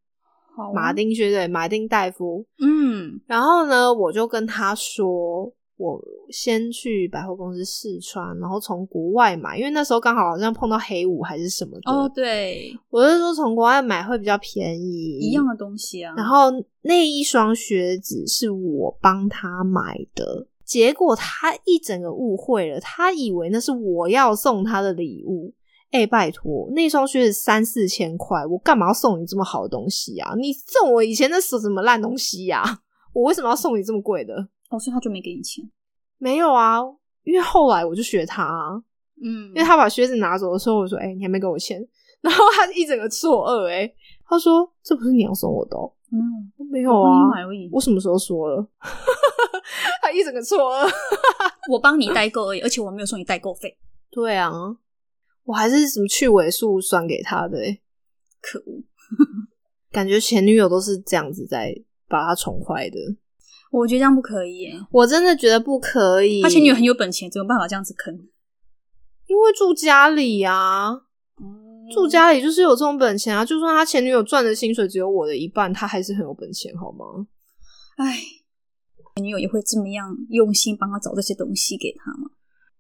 好啊马，丁靴对，马丁戴夫。嗯然后呢，我就跟他说，我先去百货公司试穿，然后从国外买，因为那时候刚好好像碰到黑五还是什么的。哦，对，我是说从国外买会比较便宜，一样的东西啊。然后那一双靴子是我帮他买的，结果他一整个误会了，他以为那是我要送他的礼物。哎、拜托，那双靴子三四千块，我干嘛要送你这么好的东西啊？你送我以前那什么烂东西呀、 我为什么要送你这么贵的？哦，所以他就没给你钱。没有啊，因为后来我就学他、啊，嗯，因为他把靴子拿走的时候，我说：“哎、你还没给我钱。” 然后他一整个错愕、哎，他说：“这不是你要送我的、哦没有，我说没有我帮你买啊，而已，我什么时候说了？” 他一整个错愕。我帮你代购而已，而且我没有送你代购费，对啊，我还是什么去尾数算给他的、哎可恶！感觉前女友都是这样子在把他宠坏的。我觉得这样不可以耶，我真的觉得不可以，他前女友很有本钱，怎么办法这样子坑？因为住家里啊，住家里就是有这种本钱啊。就算他前女友赚的薪水只有我的一半，他还是很有本钱，好吗？哎，前女友也会这么样用心帮他找这些东西给他吗？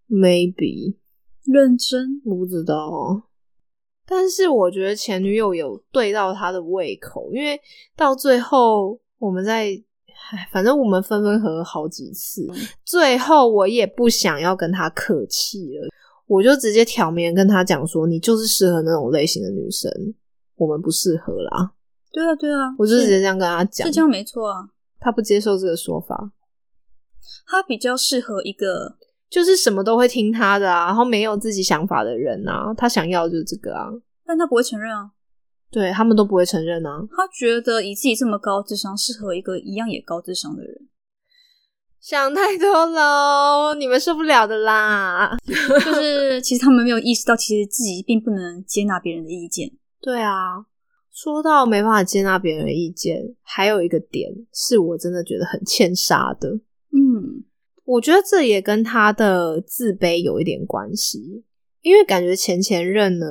maybe 认真，我不知道啊，但是我觉得前女友有对到他的胃口，因为到最后我们在，唉反正我们分分合合好几次，嗯最后我也不想要跟他客气了，我就直接挑明跟他讲说，你就是适合那种类型的女生，我们不适合啦，对啊，对啊，我就直接是这样跟他讲是，这样没错啊，他不接受这个说法，他比较适合一个就是什么都会听他的啊，然后没有自己想法的人啊，他想要的就是这个啊。但他不会承认啊。对他们都不会承认啊，他觉得以自己这么高智商，适合一个一样也高智商的人，想太多喽，你们受不了的啦。就是其实他们没有意识到，其实自己并不能接纳别人的意见。对啊，说到没办法接纳别人的意见，还有一个点是我真的觉得很欠杀的。嗯，我觉得这也跟他的自卑有一点关系，因为感觉前前任呢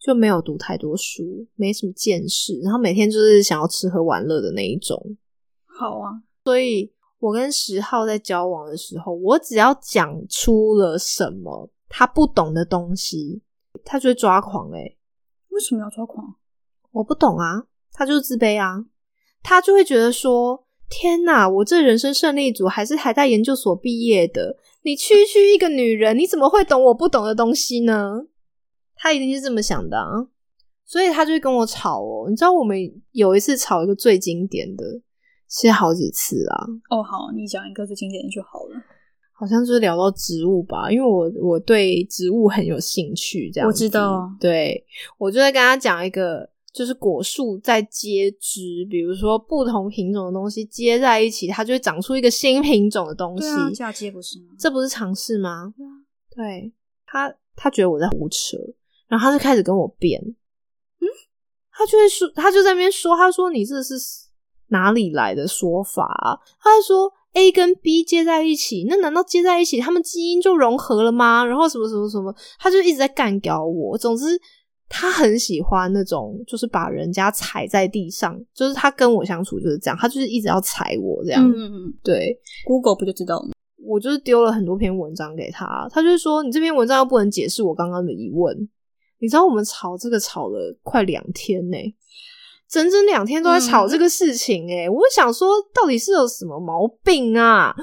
就没有读太多书，没什么见识，然后每天就是想要吃喝玩乐的那一种。好啊，我跟十号在交往的时候，我只要讲出了什么他不懂的东西，他就会抓狂哎、为什么要抓狂？我不懂啊，他就是自卑啊，他就会觉得说：天哪，我这人生胜利组还是还在研究所毕业的，你区区一个女人，你怎么会懂我不懂的东西呢？他一定是这么想的啊，所以他就会跟我吵哦。你知道我们有一次吵一个最经典的，其实好几次啊，哦，好，你讲一个最经典的就好了。好像就是聊到植物吧，因为我我对植物很有兴趣，这样子我知道对我就在跟他讲一个，就是果树在结枝，比如说不同品种的东西接在一起，它就会长出一个新品种的东西。对啊，嫁接不是吗？这不是尝试吗？对啊他，他觉得我在胡扯，然后他就开始跟我辩，嗯，他就会说，他就在那边说，他说你这是哪里来的说法、啊？他就说 A 跟 B 接在一起，那难道接在一起他们基因就融合了吗？然后什么什么什么，他就一直在干掉我。总之，他很喜欢那种就是把人家踩在地上，就是他跟我相处就是这样，他就是一直要踩我这样，嗯嗯嗯对。 ，Google 不就知道了吗？我就是丢了很多篇文章给他，他就说你这篇文章又不能解释我刚刚的疑问。你知道我们吵这个吵了快两天呢、整整两天都在吵嗯这个事情哎、我想说到底是有什么毛病啊？啊，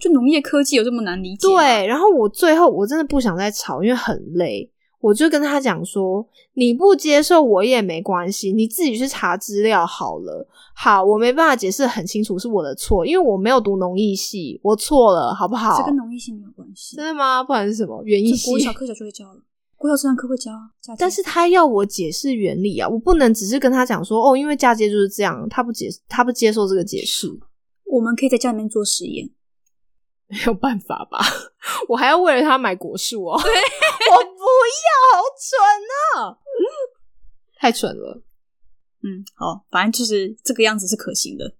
就农业科技有这么难理解？，啊对，然后我最后我真的不想再吵，因为很累。我就跟他讲说，你不接受我也没关系，你自己去查资料好了。好，我没办法解释得很清楚是我的错，因为我没有读农艺系，我错了，好不好？这跟农业性没有关系。真的吗？不然是什么园艺这系？国小科小就会教了，国小自然科会教啊。嫁接 但是他要我解释原理啊，我不能只是跟他讲说哦，因为嫁接就是这样，他不解他不接受这个解释， 我们可以在家里面做实验，没有办法吧？ 我还要为了他买果树 哦，我不要，好蠢啊！太蠢了，嗯，好，反正就是这个样子是可行的。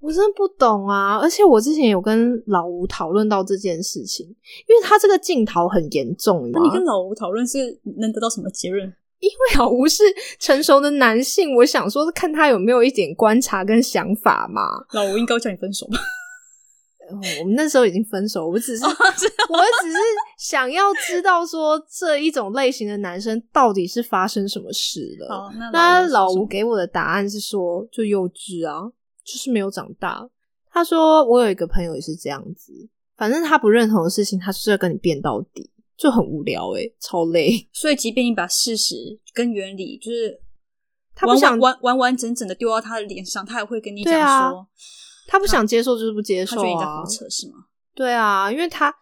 我真的不懂啊！而且我之前有跟老吴讨论到这件事情，因为他这个镜头很严重，那你跟吗老吴讨论是能得到什么结论？因为老吴是成熟的男性，我想说看他有没有一点观察跟想法嘛。老吴应该会叫你分手吧？哦我们那时候已经分手，我哦 只是、我只是想要知道说这一种类型的男生到底是发生什么事了。好，哦那那老老吴是什吴么给我的答案是说，就幼稚啊，就是没有长大。他说我有一个朋友也是这样子，反正他不认同的事情，他就是要跟你辩到底，就很无聊诶、超累。所以即便你把事实跟原理就是他不完想完完完完整整的丢到他的脸上，他也会跟你讲对啊说，他不想接受就是不接嗯他受觉得你在啊胡，扯是吗？对啊，因为他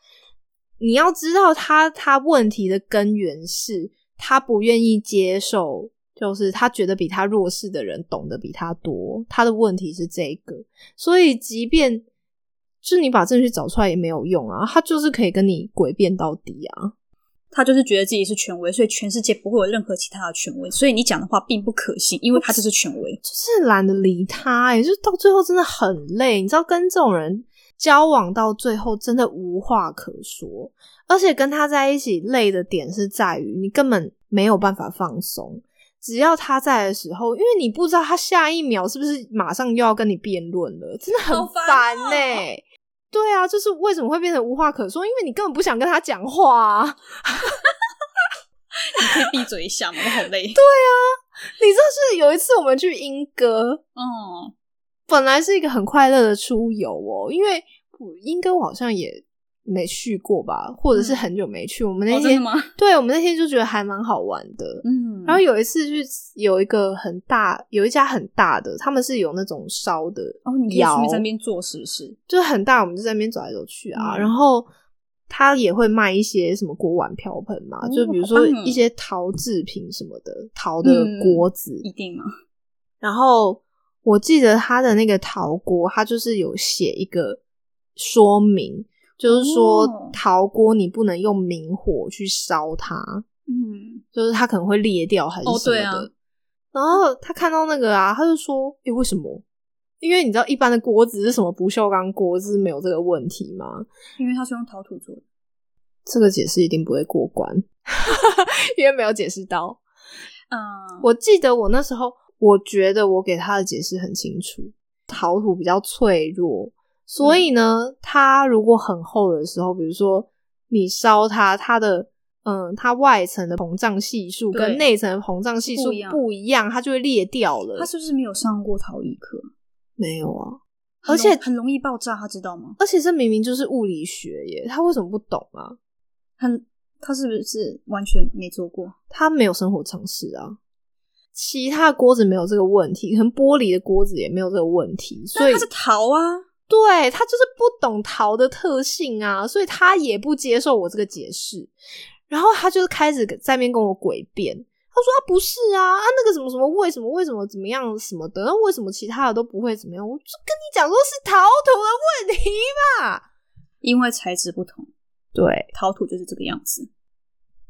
你要知道他他问题的根源是他不愿意接受，就是他觉得比他弱势的人懂得比他多，他的问题是这个，所以即便就是你把证据找出来也没有用啊，他就是可以跟你诡辩到底啊。他就是觉得自己是权威，所以全世界不会有任何其他的权威，所以你讲的话并不可信，因为他就是权 威。就是懒得理他、欸，也就是到最后真的很累。你知道，跟这种人交往到最后真的无话可说，而且跟他在一起累的点是在于你根本没有办法放松。只要他在的时候，因为你不知道他下一秒是不是马上又要跟你辩论了，真的很好烦烦哦呢、对啊，就是为什么会变成无话可说？因为你根本不想跟他讲话啊。 你可以闭嘴一下吗？我好累。你知道，是有一次我们去英歌， 哦，本来是一个很快乐的出游哦，因为我英哥我好像也没去过吧，或者是很久没去。我们那嗯哦真天的，吗？对我们那天就觉得还蛮好玩的。嗯，然后有一次去有一个很大，有一家很大的，他们是有那种烧的哦，你可以顺窑，便在那边做，是不是？就是很大，我们就在那边走来走去啊。嗯然后他也会卖一些什么锅碗瓢盆嘛，哦就比如说好棒哦一些陶制品什么的，陶的嗯锅子，一定吗？然后我记得他的那个陶锅，他就是有写一个说明，就是说哦陶锅你不能用明火去烧它，嗯，就是它可能会裂掉还是哦什么对的。啊然后他看到那个啊，他就说：“诶、为什么？”因为你知道一般的锅子是什么不锈钢锅子没有这个问题吗？因为它是用陶土做的。这个解释一定不会过关， 因为没有解释到。嗯，我记得我那时候，我觉得我给他的解释很清楚，陶嗯土比较脆弱，所以呢，它如果很厚的时候，比如说你烧它，它的嗯，它外层的膨胀系数对跟内层的膨胀系数不一样不一样，它就会裂掉他了。是不是没有上过陶艺课？没有啊，很而且容很容易爆炸，他知道吗？而且这明明就是物理学耶，他为什么不懂啊？很，他是不是完全没做过？他没有生活常识啊。其他的锅子没有这个问题，可能玻璃的锅子也没有这个问题，所但以他是陶啊，对他就是不懂陶的特性啊，所以他也不接受我这个解释。然后他就开始在那边跟我诡辩，他说啊不是啊啊那个什么什么为什么为什么怎么样什么的，那为什么其他的都不会怎么样？我就跟你讲说是陶土的问题嘛。因为材质不同，对，陶土就是这个样子，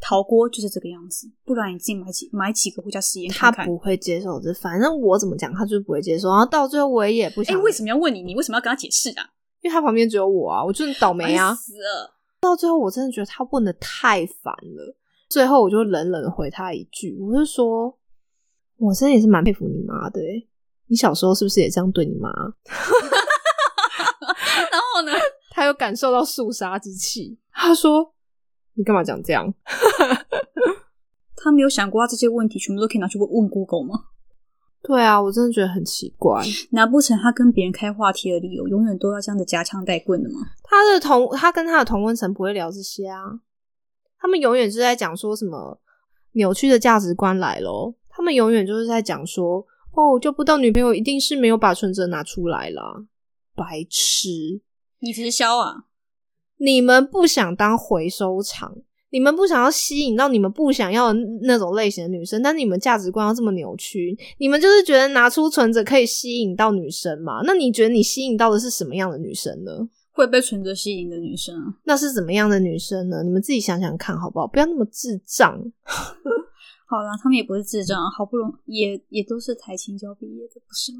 陶锅就是这个样子。不然你自己买几买几个回家实验他看看。不会接受这，反正我怎么讲他就是不会接受。然后到最后我也不哎、想，为什么要问你？你为什么要跟他解释啊？因为他旁边只有我啊，我就是倒霉啊烦。死了！到最后，我真的觉得他问的太烦了。最后，我就冷冷地回他一句，我就说：“我真的也是蛮佩服你妈的、欸，你小时候是不是也这样对你妈然后呢？？” 他有感受到肃杀之气，他说：“你干嘛讲这样他没有想过他这些问题全部都可以拿去问问 Google 吗？？”对啊，我真的觉得很奇怪。难不成他跟别人开话题的理由永远都要这样子夹枪带棍的吗？他的同他跟他的同温层不会聊这些啊，他们永远是在讲说什么扭曲的价值观来咯，他们永远就是在讲说哦，就不到女朋友一定是没有把存折拿出来啦，白痴！你直销啊？你们不想当回收厂，你们不想要吸引到你们不想要的那种类型的女生，但你们价值观要这么扭曲，你们就是觉得拿出存折可以吸引到女生嘛？那你觉得你吸引到的是什么样的女生呢？会被存折吸引的女生啊？那是怎么样的女生呢？你们自己想想看好不好？不要那么智障。好啦，他们也不是智障，啊好不容易也也都是台青交毕业的，不是吗？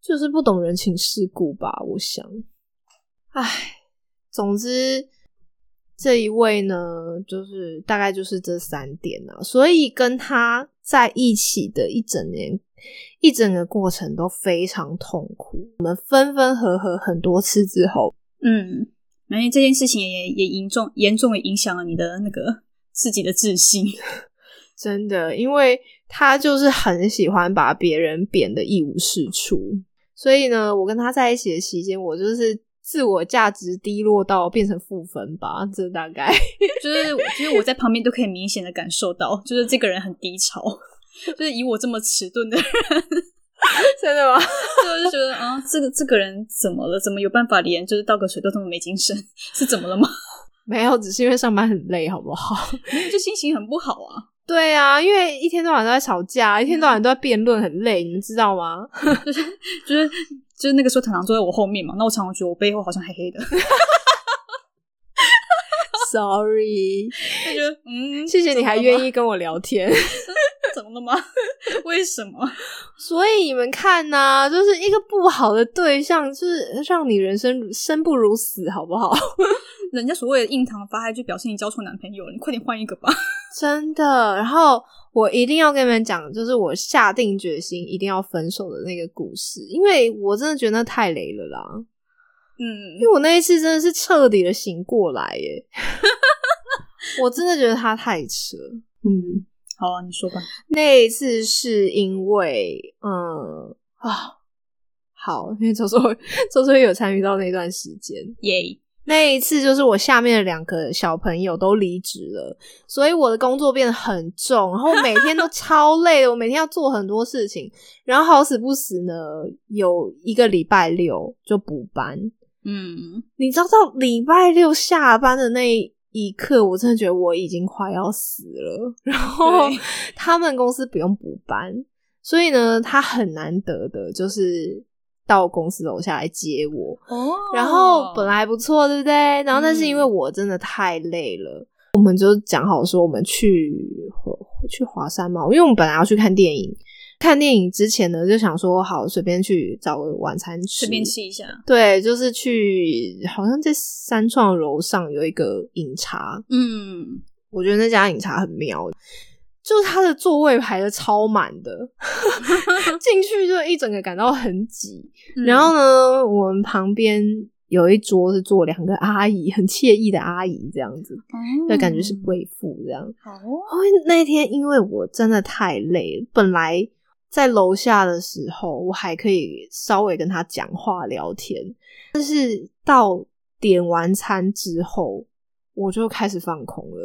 就是不懂人情世故吧，我想。唉，总之这一位呢，就是大概就是这三点啊，所以跟他在一起的一整年，一整个过程都非常痛苦。我们分分合合很多次之后，嗯，而且这件事情也也严重严重的影响了你的那个自己的自信。真的，因为他就是很喜欢把别人贬得一无是处，所以呢，我跟他在一起的期间，我就是自我价值低落到变成负分吧，这大概就是就是我在旁边都可以明显的感受到，就是这个人很低潮，就是以我这么迟钝的人， 真的吗？就是觉得啊，这个这个人怎么了？怎么有办法连就是倒个水都这么没精神？ 是怎么了吗？ 没有，只是因为上班很累，好不好？ 就心情很不好啊，对啊，因为一天到晚都在吵架，一天到晚都在辩论，很累，你们知道吗？就是就是那个时候，糖糖坐在我后面嘛，那我常常觉得我背后好像黑黑的， 就 Sorry，觉得嗯，谢谢你还愿意，意跟我聊天。 怎么了吗？ 为什么？所以你们看呐、就是一个不好的对象，就是让你人生生不如死，好不好？人家所谓的印堂发黑，就表示你交错男朋友了，你快点换一个吧。 真的。然后我一定要跟你们讲，就是我下定决心一定要分手的那个故事，因为我真的觉得那太雷了啦。嗯因，为我那一次真的是彻底的醒过来耶， 我真的觉得他太扯。嗯，好啊，你说吧。那一次是因为，嗯啊，好，因为周周周周也有参与到那段时间，耶、那一次就是我下面的两个小朋友都离职了，所以我的工作变得很重，然后我每天都超累的，我每天要做很多事情，然后好死不死呢，有一个礼拜六就补班，嗯，你知道到礼拜六下班的那一刻，我真的觉得我已经快要死了。然后对他们公司不用补班，所以呢，他很难得的就是到公司楼下来接我。哦嗯然后本来不错，对不对？然后但是因为我真的太累了，我们就讲好说我们去去华山嘛，因为我们本来要去看电影。看电影之前呢，就想说好随便去找个晚餐吃，随便吃一下。对，就是去好像在三创楼上有一个饮茶，嗯，我觉得那家饮茶很妙，就是它的座位排的超满的， 嗯进去就一整个感到很挤。然后呢，我们旁边有一桌是坐两个阿姨，很惬意的阿姨这样子，哦就感觉是贵妇这样。好哦，哦，那天因为我真的太累了，本来在楼下的时候，我还可以稍微跟他讲话聊天，但是到点完餐之后，我就开始放空了，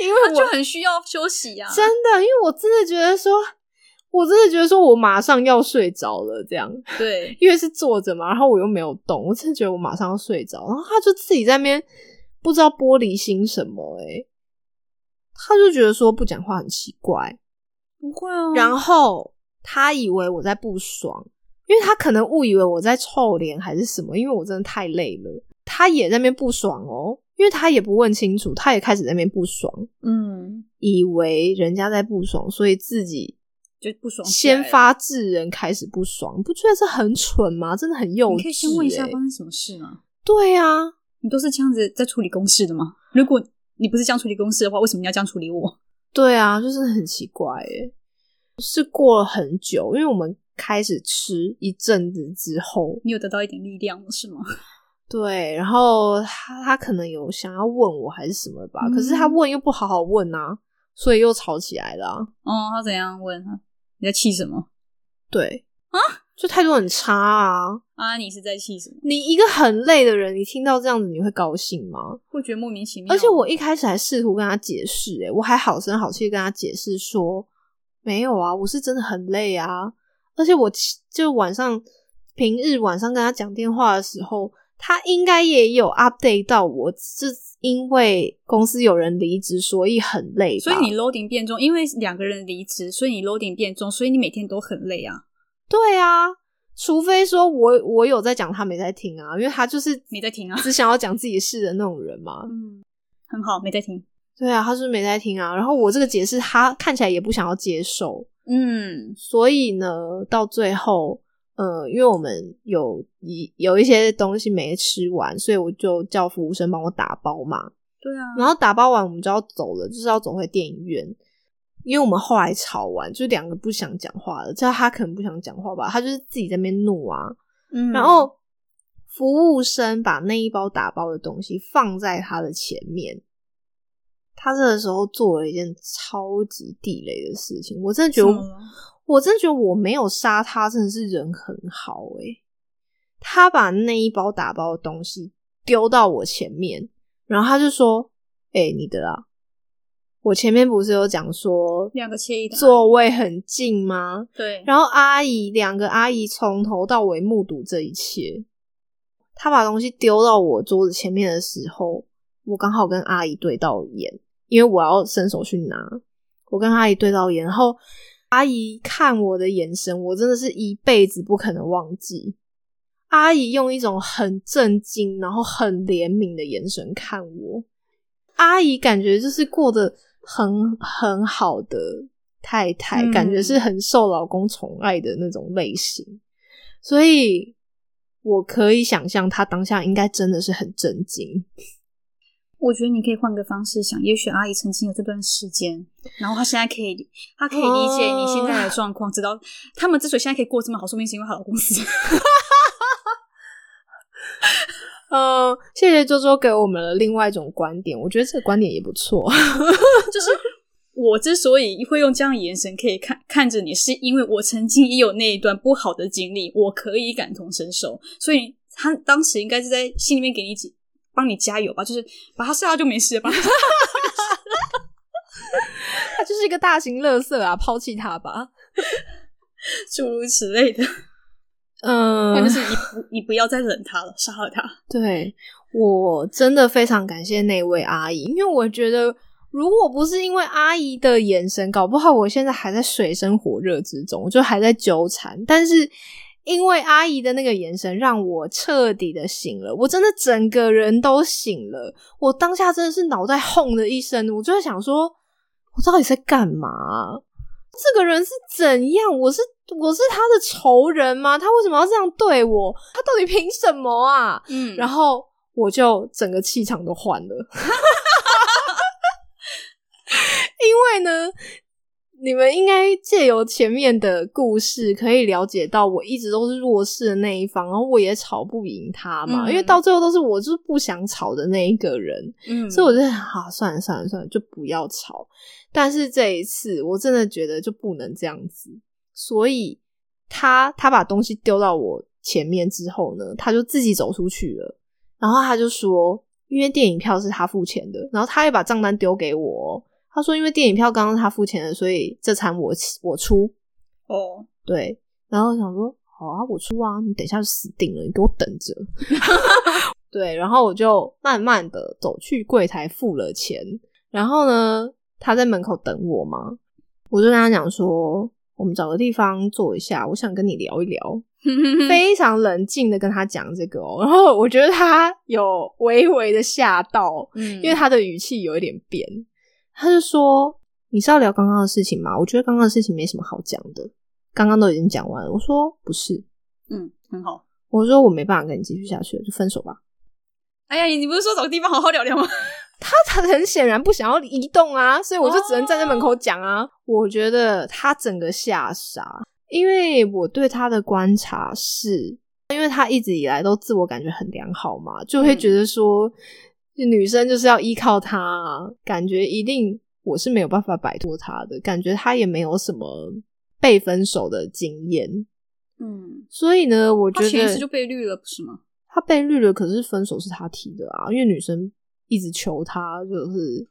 因为那我就很需要休息呀、啊。真的，因为我真的觉得说，我真的觉得说我马上要睡着了，这样。对，因为是坐着嘛，然后我又没有动，我真的觉得我马上要睡着，然后他就自己在那边不知道玻璃心什么、欸，他就觉得说不讲话很奇怪，不会哦。然后他以为我在不爽，因为他可能误以为我在臭脸还是什么，因为我真的太累了，他也在那边不爽哦，因为他也不问清楚，他也开始在那边不爽，嗯，以为人家在不爽，所以自己就不爽起来先了。发制人开始不爽，你不觉得这很蠢吗？真的很幼稚、欸。你可以先问一下发生什么事吗？对啊，你都是这样子在处理公事的吗？如果你不是这样处理公事的话，为什么你要这样处理我？对啊，就是很奇怪耶。是过了很久，因为我们开始吃一阵子之后，你有得到一点力量了是吗？ 对，然后他他可能有想要问我还是什么吧，嗯可是他问又不好好问啊，所以又吵起来了啊、哦，他怎样问他？你在气什么对啊，就态度很差啊。啊？你是在气什么？你一个很累的人，你听到这样子，你会高兴吗？会觉得莫名其妙。而且我一开始还试图跟他解释，诶，我还好声好气地跟他解释说，没有啊，我是真的很累啊。而且我其就晚上平日晚上跟他讲电话的时候，他应该也有 update 到我，是因为公司有人离职，所以很累吧。所以你 loading 变重，因为两个人离职，所以你 loading 变重，所以你每天都很累啊。对啊，除非说我我有在讲，他没在听啊，因为他就是没在听啊只想要讲自己事的那种人嘛。嗯，很好，没在听。对啊，他是没在听啊。然后我这个解释，他看起来也不想要接受。嗯，所以呢，到最后，呃，因为我们有一有一些东西没吃完，所以我就叫服务生帮我打包嘛。对啊。然后打包完，我们就要走了，就是要走回电影院。因为我们后来吵完，就两个不想讲话了，叫他可能不想讲话吧，他就是自己在那边怒啊。嗯，然后服务生把那一包打包的东西放在他的前面。他这个时候做了一件超级地雷的事情，我真的觉得怎么啊了我真的觉得我没有杀他，真的是人很好诶、他把那一包打包的东西丢到我前面，然后他就说：“诶、你的啊，我前面不是有讲说两个惬意的阿姨座位很近吗？对，然后阿姨两个阿姨从头到尾目睹这一切。他把东西丢到我桌子前面的时候，我刚好跟阿姨对到眼，因为我要伸手去拿。我跟阿姨对到眼，然后阿姨看我的眼神，我真的是一辈子不可能忘记。阿姨用一种很震惊，然后很怜悯的眼神看我。阿姨感觉就是过得很很好的太太，嗯感觉是很受老公宠爱的那种类型，所以我可以想象她当下应该真的是很震惊。我觉得你可以换个方式想，也许阿姨曾经有这段时间，然后她现在可以，她可以理解你现在的状况，直到他们之所以现在可以过这么好，说明是因为她老公死。嗯，谢谢周周给我们了另外一种观点，我觉得这个观点也不错。就是 我之所以会用这样的眼神可以看看着你，是因为我曾经也有那一段不好的经历，我可以感同身受，所以他当时应该是在心里面给你几帮你加油吧，就是把他杀了就没事了吧。 他就是一个大型垃圾啊，抛弃他吧。诸如此类的，嗯 或者是你不你不要再忍他了，杀了他。对我真的非常感谢那位阿姨，因为我觉得如果不是因为阿姨的眼神，搞不好我现在还在水深火热之中，我就还在纠缠。但是因为阿姨的那个眼神，让我彻底的醒了，我真的整个人都醒了。我当下真的是脑袋轰的一声，我就在想说，我到底在干嘛啊、这个人是怎样？我是我是他的仇人吗？他为什么要这样对我？他到底凭什么啊？嗯然后我就整个气场都 换了，因为呢，你们应该借由前面的故事，可以了解到我一直都是弱势的那一方，然后我也吵不赢他嘛，嗯因为到最后都是我就是不想吵的那一个人，嗯，所以我就啊，算了算了算了，就不要吵。但是这一次，我真的觉得就不能这样子，所以他他把东西丢到我前面之后呢，他就自己走出去了，然后他就说，因为电影票是他付钱的，然后他也把账单丢给我哦、他说因为电影票刚刚他付钱的，所以这餐我起我出，哦，对，然后想说好啊，我出啊，你等一下就死定了，你给我等着。 对，然后我就慢慢的走去柜台付了钱，然后呢，他在门口等我嘛，我就跟他讲说，我们找个地方坐一下，我想跟你聊一聊，嗯 非常冷静的跟他讲这个哦，然后我觉得他有微微的吓到，嗯，因为他的语气有一点变，他就说：“你是要聊刚刚的事情吗？我觉得刚刚的事情没什么好讲的，刚刚都已经讲完了。”我说：“不是，嗯很好。我说我没办法跟你继续下去了，就分手吧。哎呀，你不是说找个地方好好聊聊吗？”他很显然不想要移动啊， 所以我就只能站在门口讲啊。哦我觉得他整个吓傻，因为我对他的观察是，因为他一直以来都自我感觉很良好嘛，就会觉得说、女生就是要依靠他、啊，感觉一定我是没有办法摆脱他的，感觉他也没有什么被分手的经验，嗯，所以呢，我觉他得前一次就被绿了，不是吗？他被绿了，可是分手是他提的啊，因为女生一直求他，就是，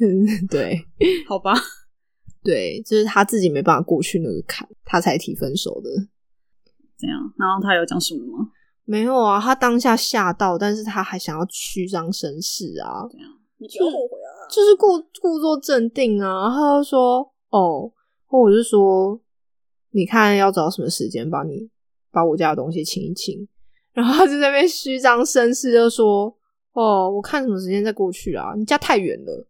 嗯， 对好吧，对，就是他自己没办法过去那个坎，他才提分手的。这样，然后他有讲什么吗？没有啊，他当下吓到，但是他还想要虚张声势啊，你要不后悔啊！就是故故作镇定啊，然后他就说哦，或我就说，你看要找什么时间帮你把我家的东西清一清，然后他就在那边虚张声势，就说哦，我看什么时间再过去啊，你家太远了，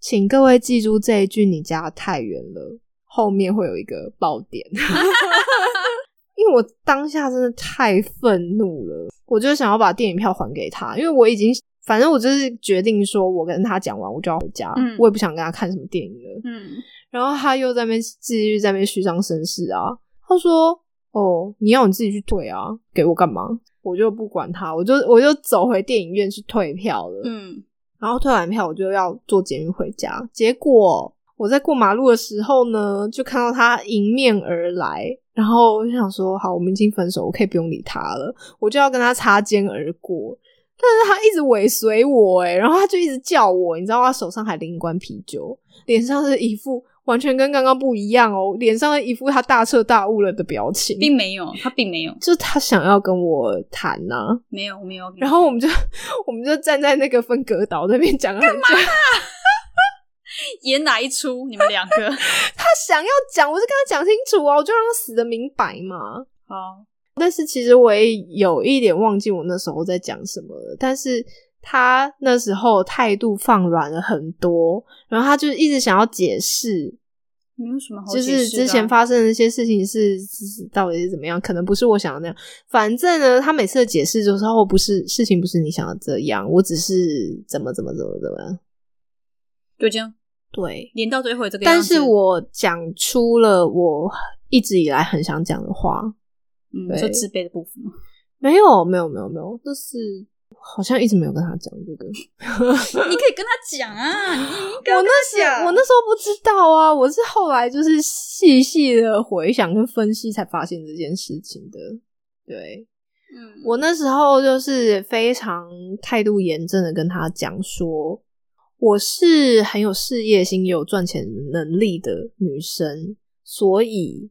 请各位记住这一句，你家太远了，后面会有一个爆点。 因为我当下真的太愤怒了，我就想要把电影票还给他，因为我已经反正我就是决定说，我跟他讲完我就要回家，嗯我也不想跟他看什么电影了。嗯，然后他又在那边继续在那边虚张声势啊，他说：“哦，你要你自己去退啊，给我干嘛？”我就不管他，我就我就走回电影院去退票了。嗯，然后退完票，我就要坐捷运回家。结果我在过马路的时候呢，就看到他迎面而来，然后我就想说，好，我们已经分手，我可以不用理他了，我就要跟他擦肩而过。但是他一直尾随我、欸，诶，然后他就一直叫我，你知道，他手上还拎一罐啤酒，脸上是一副完全跟刚刚不一样哦，脸上一副他大彻大悟了的表情，并没有，他并没有，就是他想要跟我谈呐、没有，没 有。然后我们就 我们就站在那个分隔岛那边讲了很久。演哪一出？你们两个他想要讲，我就跟他讲清楚啊，我就让他死的明白嘛。 好，但是其实我也有一点忘记我那时候在讲什么了，但是他那时候态度放软了很多，然后他就一直想要解释，没有什么好就解释的啊是之前发生的一些事情是是到底是怎么样，可能不是我想的那样。反正呢，他每次的解释就是哦，不是事情不是你想的这样，我只是怎么怎么怎么怎么。就这样对，连到最后这个样但子，是我讲出了我一直以来很想讲的话，嗯，对说自卑的部 分吗，没有，没有，没有，没有，就是好像一直没有跟他讲这个。你可以跟他讲啊，你应该我那跟他时讲我那时候不知道啊，我是后来就是细细的回想跟分析才发现这件事情的。对嗯我那时候就是非常态度严正的跟他讲说，我是很有事业心、也有赚钱能力的女生，所以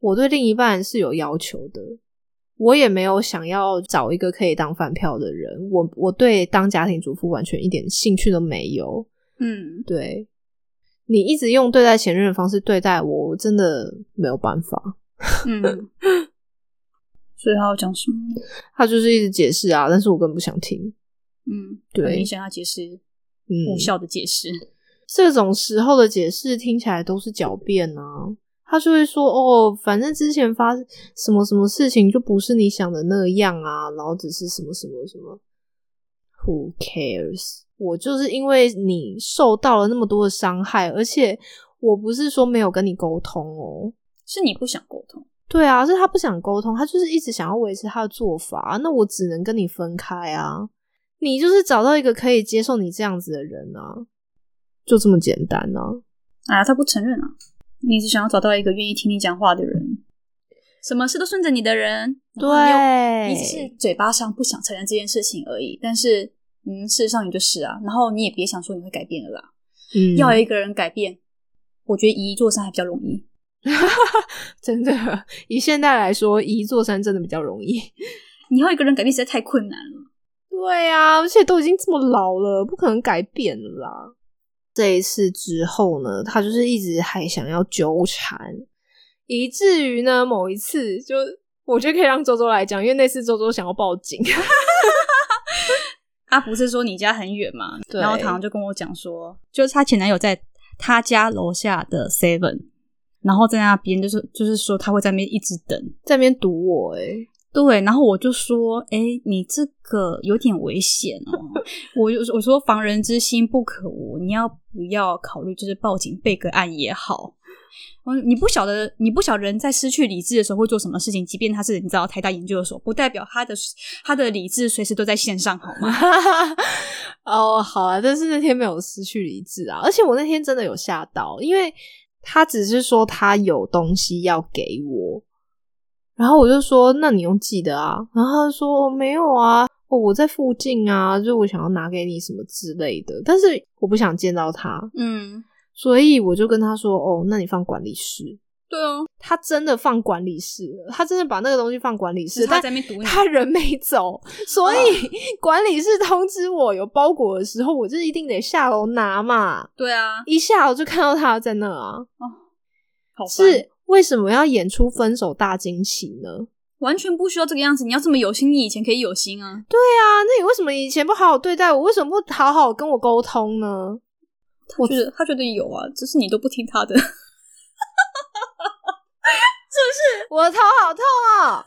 我对另一半是有要求的。我也没有想要找一个可以当饭票的人，我我对当家庭主妇完全一点兴趣都没有。嗯对你一直用对待前任的方式对待我，我真的没有办法。嗯，所以他要讲什么？他就是一直解释啊，但是我根本不想听。嗯，对很明显要解释嗯，无效的解释，这种时候的解释听起来都是狡辩啊。他就会说：“哦，反正之前发什么什么事情就不是你想的那样啊，然后只是什么什么什么。”Who cares？我就是因为你受到了那么多的伤害，而且我不是说没有跟你沟通哦，是你不想沟通。对啊，是他不想沟通，他就是一直想要维持他的做法，啊那我只能跟你分开啊。你就是找到一个可以接受你这样子的人啊，就这么简单啊。啊，他不承认啊，你只想要找到一个愿意听你讲话的人，什么事都顺着你的人。对，你只是嘴巴上不想承认这件事情而已，但是嗯，事实上你就是啊，然后你也别想说你会改变了啦。嗯要一个人改变，我觉得一一座山还比较容易。真的以现在来说，移一座山真的比较容易。你要一个人改变实在太困难了。对啊，而且都已经这么老了，不可能改变了啦。这一次之后呢，他就是一直还想要纠缠，以至于呢，某一次就我觉得可以让周周来讲，因为那次周周想要报警，他啊不是说你家很远嘛？ 对然后唐就跟我讲说，就是她前男友在她家楼下的 Seven，然后在那边就是就是说他会在那边一直等。在那边堵我、欸，对，然后我就说，哎，你这个有点危险哦。我就我说防人之心不可无，你要不要考虑就是报警备个案也好。嗯，你不晓得，你不晓得人在失去理智的时候会做什么事情，即便他是你知道台大研究所，不代表他的他的理智随时都在线上，好吗？ 哦，好啊，但是那天没有失去理智啊，而且我那天真的有吓到，因为他只是说他有东西要给我，然后我就说那你用寄的啊，然后他就说、哦、没有啊、哦我在附近啊，就我想要拿给你什么之类的，但是我不想见到他，嗯，所以我就跟他说哦，那你放管理室，对哦，他真的放管理室了，他真的把那个东西放管理室，是他但在那边堵你，他人没走，所以 管理室通知我有包裹的时候，我就一定得下楼拿嘛。对啊，一下楼就看到他在那啊，好烦是为什么要演出分手大惊喜呢？完全不需要这个样子。你要这么有心，你以前可以有心啊。对啊，那你为什么以前不好好对待我？为什么不好好跟我沟通呢？我觉得他觉得有啊，只是你都不听他的。我的头好痛啊！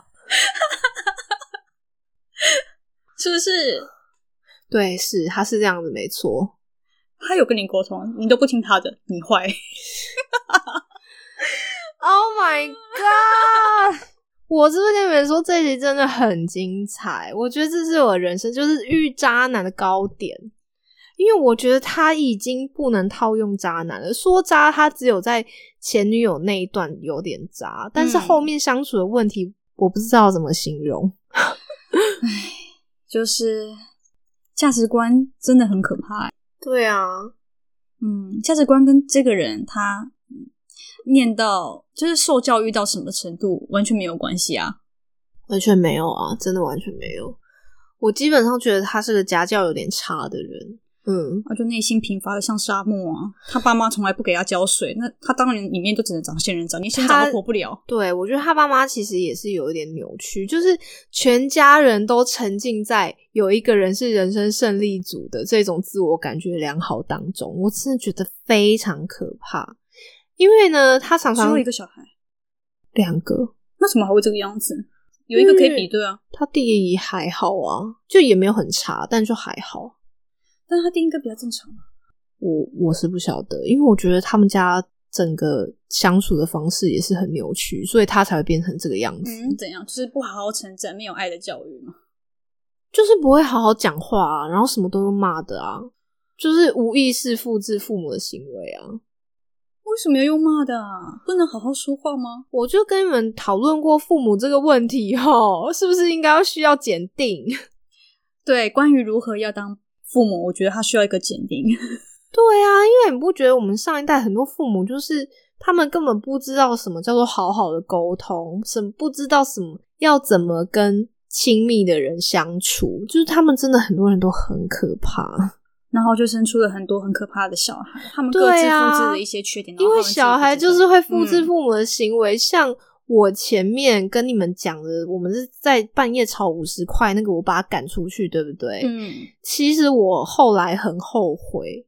是不是？对，是他是这样子，没错。他有跟你沟通，你都不听他的，你坏。 Oh my god！我 是不是跟你们说这集真的很精彩？我觉得这是我人生就是遇渣男的高点，因为我觉得他已经不能套用渣男了。说渣，他只有在前女友那一段有点渣，但是嗯后面相处的问题，我不知道怎么形容。就是价值观真的很可怕、欸对啊，嗯，价值观跟这个人他嗯念到就是受教育到什么程度完全没有关系啊。完全没有啊，真的完全没有。我基本上觉得他是个家教有点差的人。嗯，他就内心贫乏的像沙漠啊，他爸妈从来不给他浇水，那他当然里面就只能长仙人掌，连仙人掌他都活不了。对，我觉得他爸妈其实也是有一点扭曲，就是全家人都沉浸在有一个人是人生胜利组的这种自我感觉良好当中，我真的觉得非常可怕。因为呢，他常只常有一个小孩，两个，那怎么还会这个样子？有一个可以比对啊，他弟还好啊，就也没有很差，但就还好。但他弟应该比较正常。我我是不晓得，因为我觉得他们家整个相处的方式也是很扭曲，所以他才会变成这个样子。嗯，怎样？就是不好好成长，没有爱的教育嘛。就是不会好好讲话啊，然后什么都用骂的啊，就是无意识复制父母的行为啊。为什么要用骂的啊？不能好好说话吗？我就跟你们讨论过父母这个问题吼，是不是应该要需要检定？ 对，关于如何要当父母，我觉得他需要一个鉴定。 对啊，因为你不觉得我们上一代很多父母就是他们根本不知道什么叫做好好的沟通，什么不知道什么要怎么跟亲密的人相处，就是他们真的很多人都很可怕。然后就生出了很多很可怕的小孩，他们各自对啊复制了一些缺点，然因后为他们自己不小孩知就道是会复制嗯父母的行为，像我前面跟你们讲的，我们是在半夜吵五十块那个，我把他赶出去，对不对？嗯其实我后来很后悔，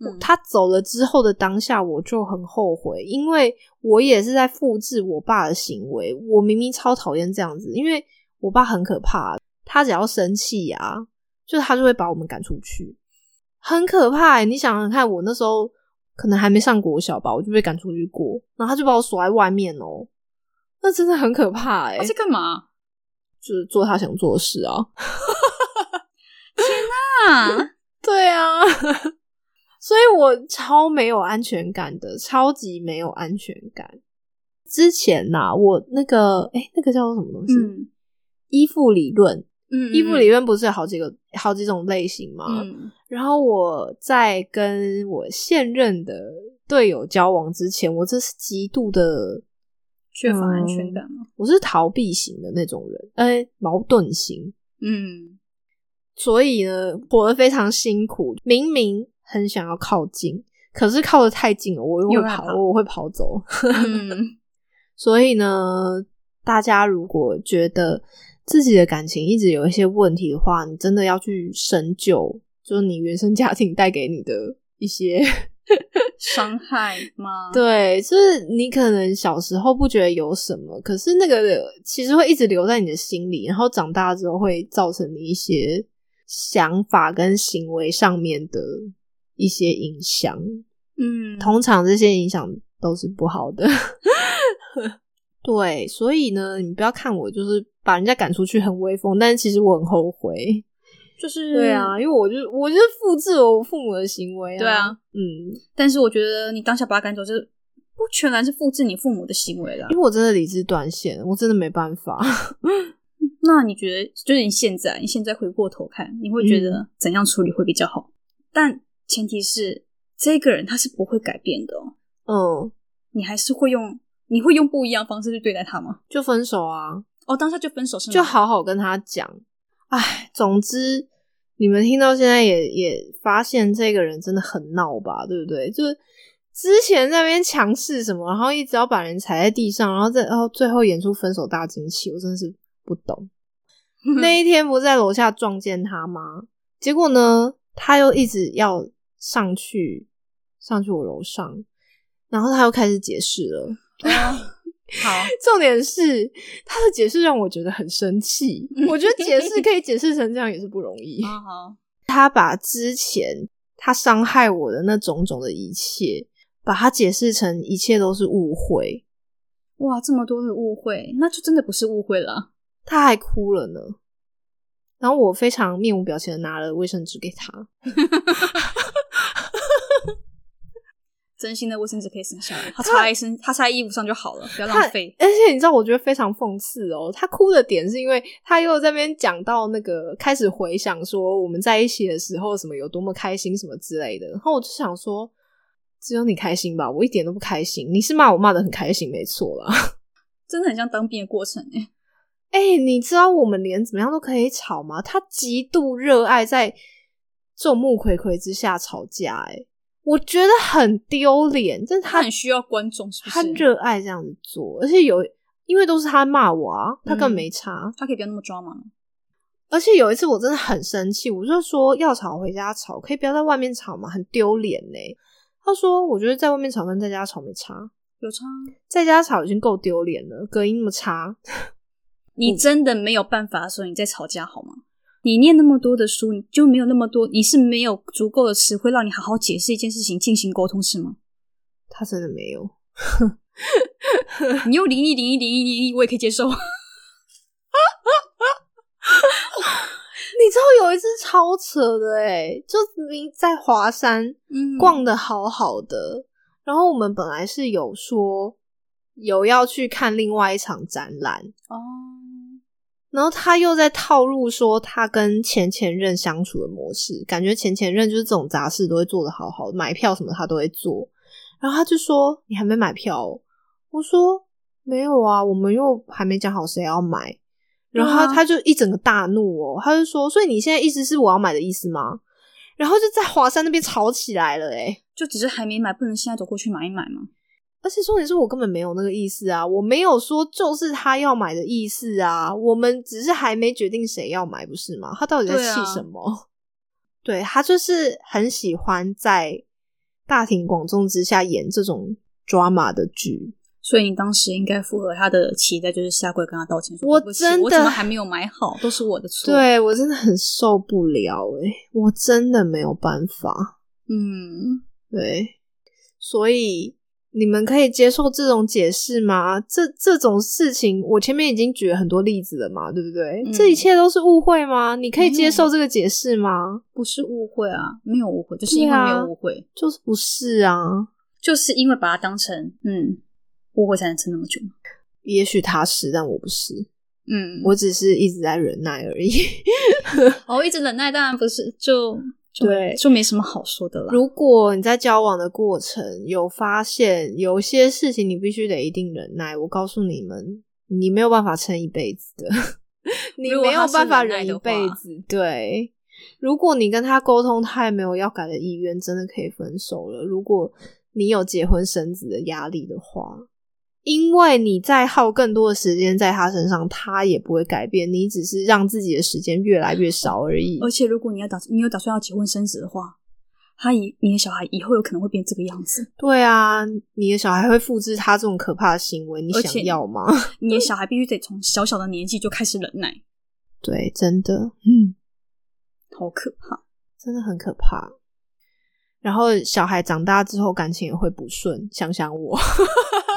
嗯，他走了之后的当下，我就很后悔，因为我也是在复制我爸的行为。我明明超讨厌这样子，因为我爸很可怕，他只要生气啊，就是他就会把我们赶出去，很可怕欸、你想想看，我那时候可能还没上国小吧，我就被赶出去过，然后他就把我锁在外面哦，那真的很可怕哎、他在啊干嘛？就是做他想做的事啊。啊，对啊， 所以我超没有安全感的，超级没有安全感。之前呐、我那个哎、那个叫做什么东西？嗯依附理论。嗯，依附理论不是有好几个、好几种类型吗？嗯，然后我在跟我现任的队友交往之前，我这是极度的，缺乏安嗯全感吗？我是逃避型的那种人，哎、矛盾型。嗯所以呢，活得非常辛苦。明明很想要靠近，可是靠得太近了，我又又会害跑，怕我会跑走。 嗯，所以呢，大家如果觉得自己的感情一直有一些问题的话，你真的要去深究，就是你原生家庭带给你的一些伤害吗？对，就是你可能小时候不觉得有什么，可是那个其实会一直留在你的心里，然后长大之后会造成你一些想法跟行为上面的一些影响。嗯，通常这些影响都是不好的。 对，所以呢，你不要看我就是把人家赶出去很威风，但是其实我很后悔。就是对啊，，因为我就我就是复制我父母的行为啊。嗯对啊，嗯，但是我觉得你当下把他赶走，就是不全然是复制你父母的行为啦因。为我真的理智断线，我真的没办法。那你觉得，就是你现在，你现在回过头看，你会觉嗯得怎样处理会比较好？但前提是这个人他是不会改变的哦，嗯，你还是会用，你会用不一样的方式去对待他吗？就分手啊，哦，当下就分手是吗？就， 好好跟他讲。哎，总之你们听到现在也也发现这个人真的很闹吧，对不对？就是之前在那边强势什么，然后一直要把人踩在地上，然后再然后最后演出分手大惊喜，我真的是不懂。那一天不是在楼下撞见他吗？结果呢，他又一直要上去上去我楼上，然后他又开始解释了。哦好，重点是他的解释让我觉得很生气。我觉得解释可以解释成这样也是不容易。好好，他把之前他伤害我的那种种的一切，把它解释成一切都是误会。哇，这么多的误会，那就真的不是误会了。他还哭了呢。然后我非常面无表情的拿了卫生纸给他。真心的卫生纸可以省下来，他擦在身，他擦在衣服上就好了，不要他浪费。而且你知道，我觉得非常讽刺哦。他哭的点是因为他又在那边讲到那个开始回想说我们在一起的时候什么有多么开心什么之类的，然后我就想说，只有你开心吧，我一点都不开心。你是骂我骂的很开心，没错啦。 真的很像当兵的过程哎、哎、你知道我们连怎么样都可以吵吗？他极度热爱在众目睽睽之下吵架、哎，我觉得很丢脸，但是他他很需要观众，是不他是？热爱这样子做，而且有因为都是他骂我啊，他根本没差。他可以不要那么抓吗？而且有一次我真的很生气，我就说要吵回家吵，可以不要在外面吵嘛，很丢脸呢。他说我觉得在外面吵跟在家吵没差，有差。啊在家吵已经够丢脸了，隔音那么差。你真的没有办法的时候，你再吵架好吗？你念那么多的书，你就没有那么多，你是没有足够的词汇让你好好解释一件事情，进行沟通是 吗？他真的没有，你用零一零一零一零一，我也可以接受。你知道有一次超扯的哎，就明在华山 嗯逛的好好的，然后我们本来是有说有要去看另外一场展览，哦，然后他又在套路说他跟前前任相处的模式，感觉前前任就是这种杂事都会做得好好，买票什么他都会做。然后他就说：“你还没买票、哦？”我说：“没有啊，我们又还没讲好谁要买。”然后他对啊他就一整个大怒哦，他就说：“所以你现在意思是我要买的意思吗？”然后就在华山那边吵起来了、欸诶就只是还没买，不能现在走过去买一买吗？而且重点是我根本没有那个意思啊，我没有说就是他要买的意思啊，我们只是还没决定谁要买，不是吗？他到底在对啊气什么？ 对他就是很喜欢在大庭广众之下演这种 drama 的剧，所以你当时应该符合他的期待，就是下跪跟他道歉说：“我对不起真的我怎么还没有买好，都是我的错。”，对我真的很受欸不了诶、我真的没有办法。嗯，对，所以你们可以接受这种解释吗？这这种事情，我前面已经举了很多例子了嘛，对不对？嗯这一切都是误会吗？你可以没有接受这个解释吗？不是误会啊，没有误会，就是因为对啊没有误会，就是不是啊？就是因为把它当成嗯误会才能撑那么久嘛。也许他是，但我不是，嗯，我只是一直在忍耐而已。 我一直忍耐，当然不是就就对就没什么好说的啦。如果你在交往的过程有发现有些事情你必须得一定忍耐，我告诉你们，你没有办法撑一辈子 的，你如果没有他是办法忍耐忍一的辈话子。对，如果你跟他沟通，他也没有要改的意愿，真的可以分手了。如果你有结婚生子的压力的话，因为你在耗更多的时间在他身上，他也不会改变，你只是让自己的时间越来越少而已。而且如果你要打你有打算要结婚生子的话，他以你的小孩以后有可能会变这个样子，对啊，你的小孩会复制他这种可怕的行为，你而且想要吗？ 你的小孩必须得从小小的年纪就开始忍耐，对，真的，嗯，好可怕。 真的很可怕。然后小孩长大之后感情也会不顺，想想我，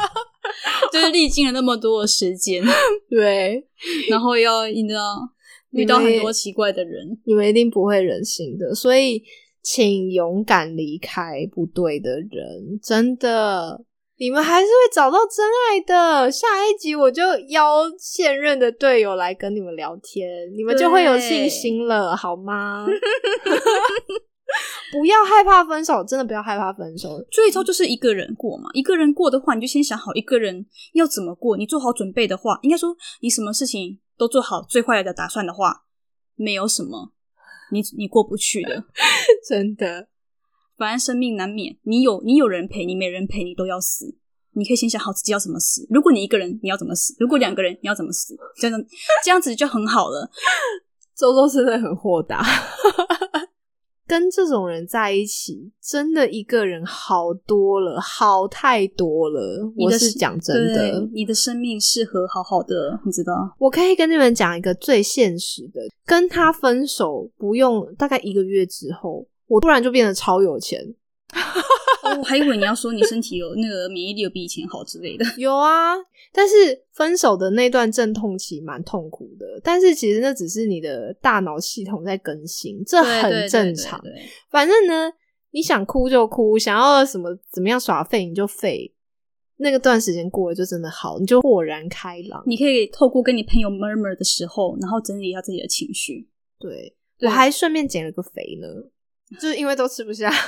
就是历经了那么多的时间，对，然后要你知道你遇到们很也多奇怪的人，你们一定不会忍心的，所以请勇敢离开不对的人，真的。你们还是会找到真爱的。下一集我就邀现任的队友来跟你们聊天，你们就会有信心了，好吗？ 不要害怕分手，真的不要害怕分手。最终就是一个人过嘛。一个人过的话，你就先想好一个人要怎么过，你做好准备的话，应该说你什么事情都做好最坏的打算的话，没有什么你你过不去的。 真的，反正生命难免，你有你有人陪，你没人陪，你都要死。你可以先想好自己要怎么死。如果你一个人，你要怎么死？如果两个人，你要怎么死？这样这样子就很好了。周周真的很豁达。 跟这种人在一起，真的一个人好多了，好太多了。你我的是讲 真的对，你的生命适合好好的，你知道？我可以跟你们讲一个最现实的，跟他分手不用大概一个月之后，我突然就变得超有钱。哦我还以为你要说你身体有那个免疫力有比以前好之 类的。有啊，但是分手的那段阵痛期蛮痛苦的，但是其实那只是你的大脑系统在更新，这很正常。对对对对反正呢，你想哭就哭，想要什么怎么样耍废你就废。那个段时间过了就真的好，你就豁然开朗。你可以透过跟你朋友 murmur 的时候，然后整理一下自己的情绪。对对我还顺便减了个肥呢，就是因为都吃不下。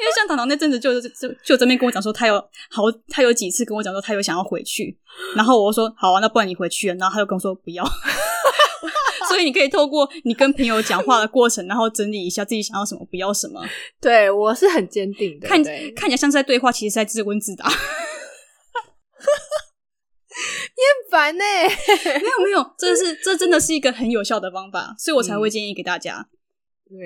因为像糖糖那阵子就就就就这边跟我讲说，他有好，他有几次跟我讲说他有想要回去，然后我说好啊，那不然你回去啊，然后他就跟我说不要。所以你可以透过你跟朋友讲话的过程，然后整理一下自己想要什么，不要什么，对我是很坚定的，看对看起来像是在对话，其实是在自问自答。很烦呢、没有没有，这是这真的是一个很有效的方法，所以我才会建议给大家。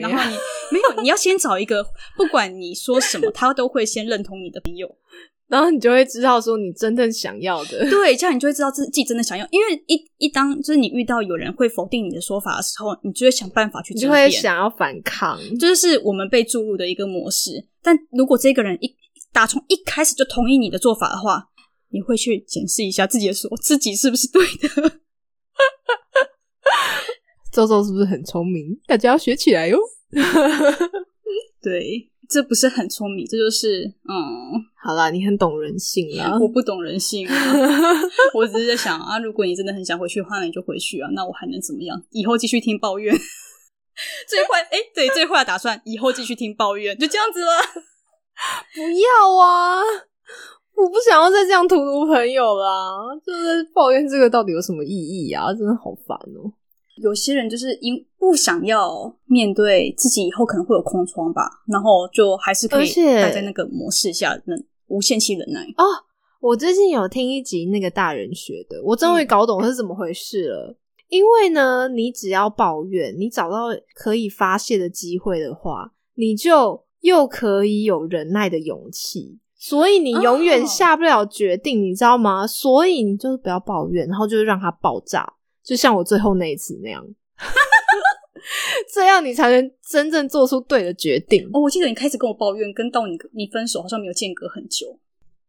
然啊后你没有，你要先找一个，不管你说什么，他都会先认同你的朋友。然后你就会知道说你真正想要的。 对，这样你就会知道自己真的想要。因为一一当就是你遇到有人会否定你的说法的时候，你就会想办法去你争就辩。会想要反抗，这就是我们被注入的一个模式。但如果这个人一打从一开始就同意你的做法的话，你会去检视一下自己的说自己是不是对的。 周周是不是很聪明？大家要学起来哟。对，这不是很聪明，这就是嗯，好啦，你很懂人性啦。 我不懂人性、啊。我只是在想啊，如果你真的很想回去的话，那你就回去啊。那我还能怎么样？以后继续听抱怨。 最坏哎、对，最坏的打算，以后继续听抱怨，就这样子了。不要啊！我不想要再这样荼毒朋友啦，就是抱怨这个到底有什么意义啊？真的好烦哦、有些人就是因不想要面对自己以后可能会有空窗吧，然后就还是可而以且待在那个模式下，忍无限期忍耐。我最近有听一集那个大人学的，我终于搞懂是怎么回事了。因为呢，你只要抱怨，你找到可以发泄的机会的话，你就又可以有忍耐的勇气。所以你永远哦下不了决定你知道吗？所以你就是不要 抱怨，然后就是让它爆炸，就像我最后那一次那样。这样你才能真正做出对的决定。哦，我记得你开始跟我抱怨，跟到你你分手好像没有间隔很久。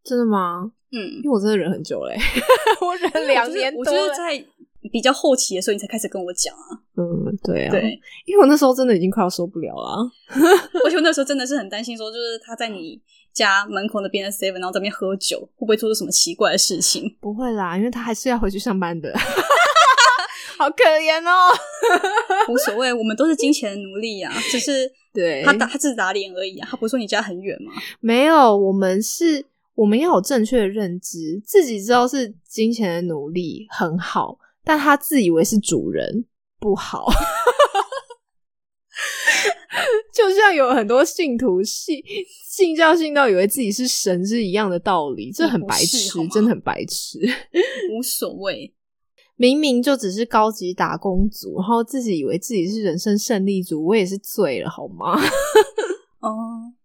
真的吗？嗯，因为我真的忍很久嘞、 我忍两年我多觉得了。在比较后期的时候，你才开始跟我讲啊。嗯，对啊，对，因为我那时候真的已经快要受不了了。啊而且我那时候真的是很担心，说就是他在你家门口那边的 seven，然后在那边喝酒，会不会做出什么奇怪的事情？不会啦，因为他还是要回去上班的。 好可怜哦。无所谓，我们都是金钱的奴隶啊，只是对他打他只是打脸而已啊。他不是说你家很远吗？没有，我们是我们要有正确的认知，自己知道是金钱的努力很好，但他自以为是主人不好。 就像有很多信徒信信教信到以为自己是神是一样的道理，这很白你不是痴好吗，真的很白痴。无所谓，明明就只是高级打工族，然后自己以为自己是人生胜利组，我也是醉了好吗？ 哦、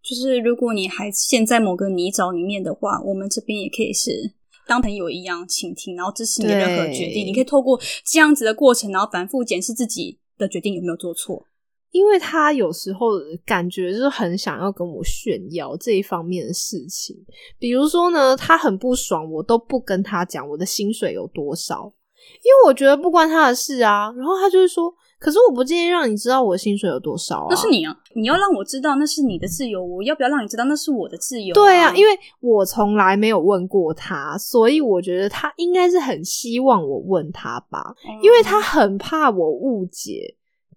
就是如果你还陷在某个泥沼里面的话，我们这边也可以是。当朋友一样倾听，然后支持你的任何决定。对你可以透过这样子的过程，然后反复检视自己的决定有没有做错。因为他有时候感觉就是很想要跟我炫耀这一方面的事情，比如说呢，他很不爽，我都不跟他讲我的薪水有多少，因为我觉得不关他的事啊。然后他就是说，可是我不建议让你知道我的薪水有多少啊。那是你啊，你要让我知道那是你的自由，我要不要让你知道那是我的自由、对啊啊，，因为我从来没有问过他，所以我觉得他应该是很希望我问他吧。哦因为他很怕我误解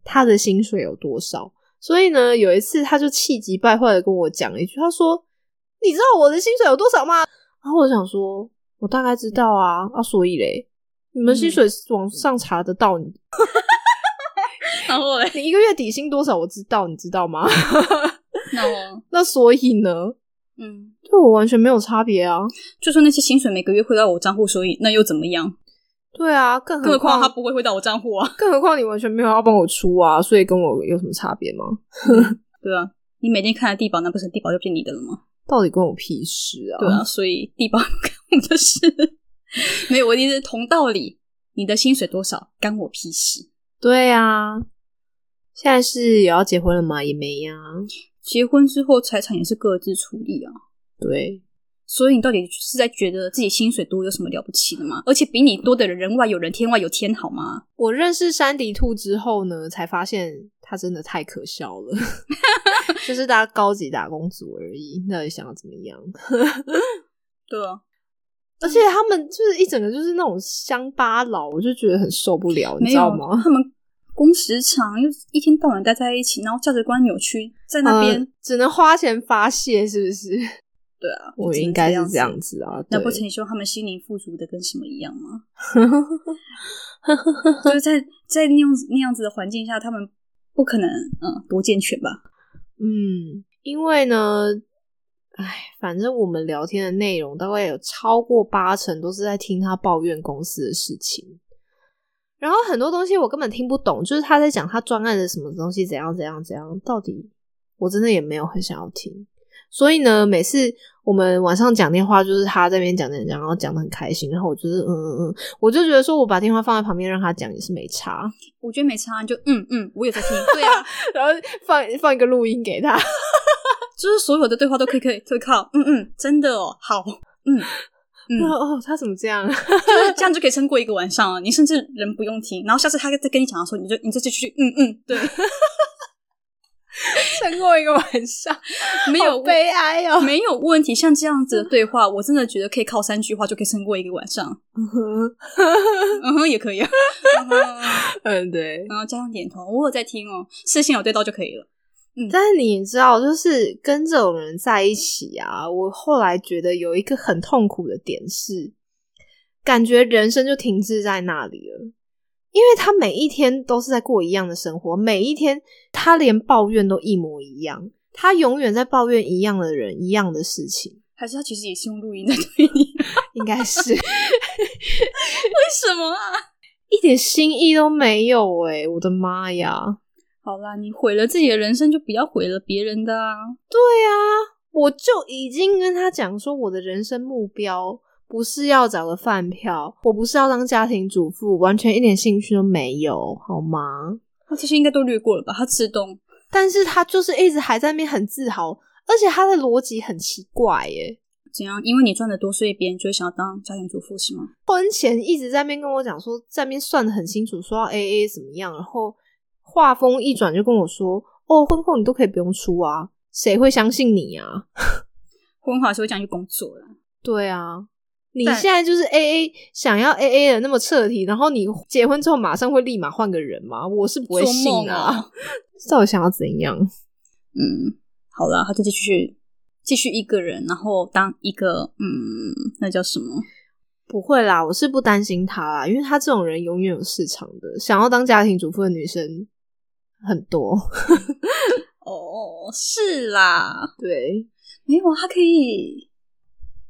他的薪水有多少，所以呢，有一次他就气急败坏的跟我讲了一句，他说：“你知道我的薪水有多少吗？”然后我想说，我大概知道啊，啊，所以嘞，你们薪水嗯网上查得到，你 然后嘞，你一个月底薪多少我知道，你知道吗？然后 那所以呢，嗯，对我完全没有差别啊，就算那些薪水每个月汇到我账户，所以那又怎么样？对啊，更更何何况况他不会汇到我账户啊。 更何况你完全没有要帮我出啊，所以跟我有什么差别吗？对啊，你每天看着地保，那不是地保就变你的了吗？到底关我屁事啊？对啊，所以地保 干我的事。 没有，我的意思是同道理，你的薪水多少干我屁事。对啊，现在是也要结婚了吗？也没呀、结婚之后财产也是各自处理啊。对，所以你到底是在觉得自己薪水多有什么了不起的吗？而且比你多的人外有人，天外有天，好吗？我认识山迪兔之后呢，才发现他真的太可笑了， 就是大家高级打工族而已，到底想要怎么样？对啊，而且他们就是一整个就是那种乡巴佬，我就觉得很受不了，你没知有道吗？他们工时长，又一天到晚待在一起，然后价值观扭曲，在那边、呃只能花钱发泄，是不 是？对啊，我就只能应该是这这样子。子啊，那对不成，你希望他们心灵富足的跟什么一样 吗？就是在在那样子那样子的环境下，他们不可能嗯多健全吧？嗯，因为呢，哎，反正我们聊天的内容大概有超过八成都是在听他抱怨公司的事情，然后很多东西我根本听不懂，就是他在讲他专案的什么东西怎样怎样怎样，到底我真的也没有很想要听。所以呢，每次我们晚上讲电话，就是他在那边讲讲讲，然后讲的很开心，然后我就是嗯嗯嗯，我就觉得说我把电话放在旁边让他讲也是没差，我觉得没差，你就嗯嗯，我有在听。 对啊，然后放放一个录音给他， 就是所有的对话都可以可以可以靠嗯嗯，真的哦，好嗯。嗯，然后哦，他怎么这样？就是这样就可以撑过一个晚上了。你甚至人不用听，然后下次他再跟你讲的时候，你就你再继续嗯嗯，对，撑过一个晚上，没有好悲哀哦。 没有问题，像这样子的对话，我真的觉得可以靠三句话就可以撑过一个晚上。嗯哼，也可以啊。嗯哼嗯，对。然后加上点头，我有在听哦，视线有对到就可以了。但是你知道，就是跟这种人在一起啊，我后来觉得有一个很痛苦的点是，感觉人生就停滞在那里了。因为他每一天都是在过一样的生活，每一天他连抱怨都一模一样，他永远在抱怨一样的人、一样的事情，还是他其实也是用录音在对你？为应该是 什么啊？一点新意都没有哎、我的妈呀！好啦，你毁了自己的人生，就不要毁了别人的啊。对啊，我就已经跟他讲说，我的人生目标不是要找个饭票，我不是要当家庭主妇，完全一点兴趣都没有，好吗？他这些应该都略过了吧？他吃东，但是他就是一直还在那边很自豪，而且他的逻辑很奇怪耶。怎样？因为你赚的多，所以别人就会想要当家庭主妇是吗？婚前一直在那边跟我讲说，在那边算的很清楚，说要 A A 怎么样，然后话锋一转就跟我说：“哦，婚后你都可以不用出啊，谁会相信你啊婚后还是会这样去工作啦。？”对啊，你但现在就是 A A 想要 A A 的那么彻底，然后你结婚之后马上会立马换个人吗？我是不会做梦信啊！哦到底想要怎样？嗯，好了，他就继续继续一个人，然后当一个嗯，那叫什么？不会啦，我是不担心她啦，因为她这种人永远有市场的。想要当家庭主妇的女生很 多，哦，是啦，对，没有啊，他可以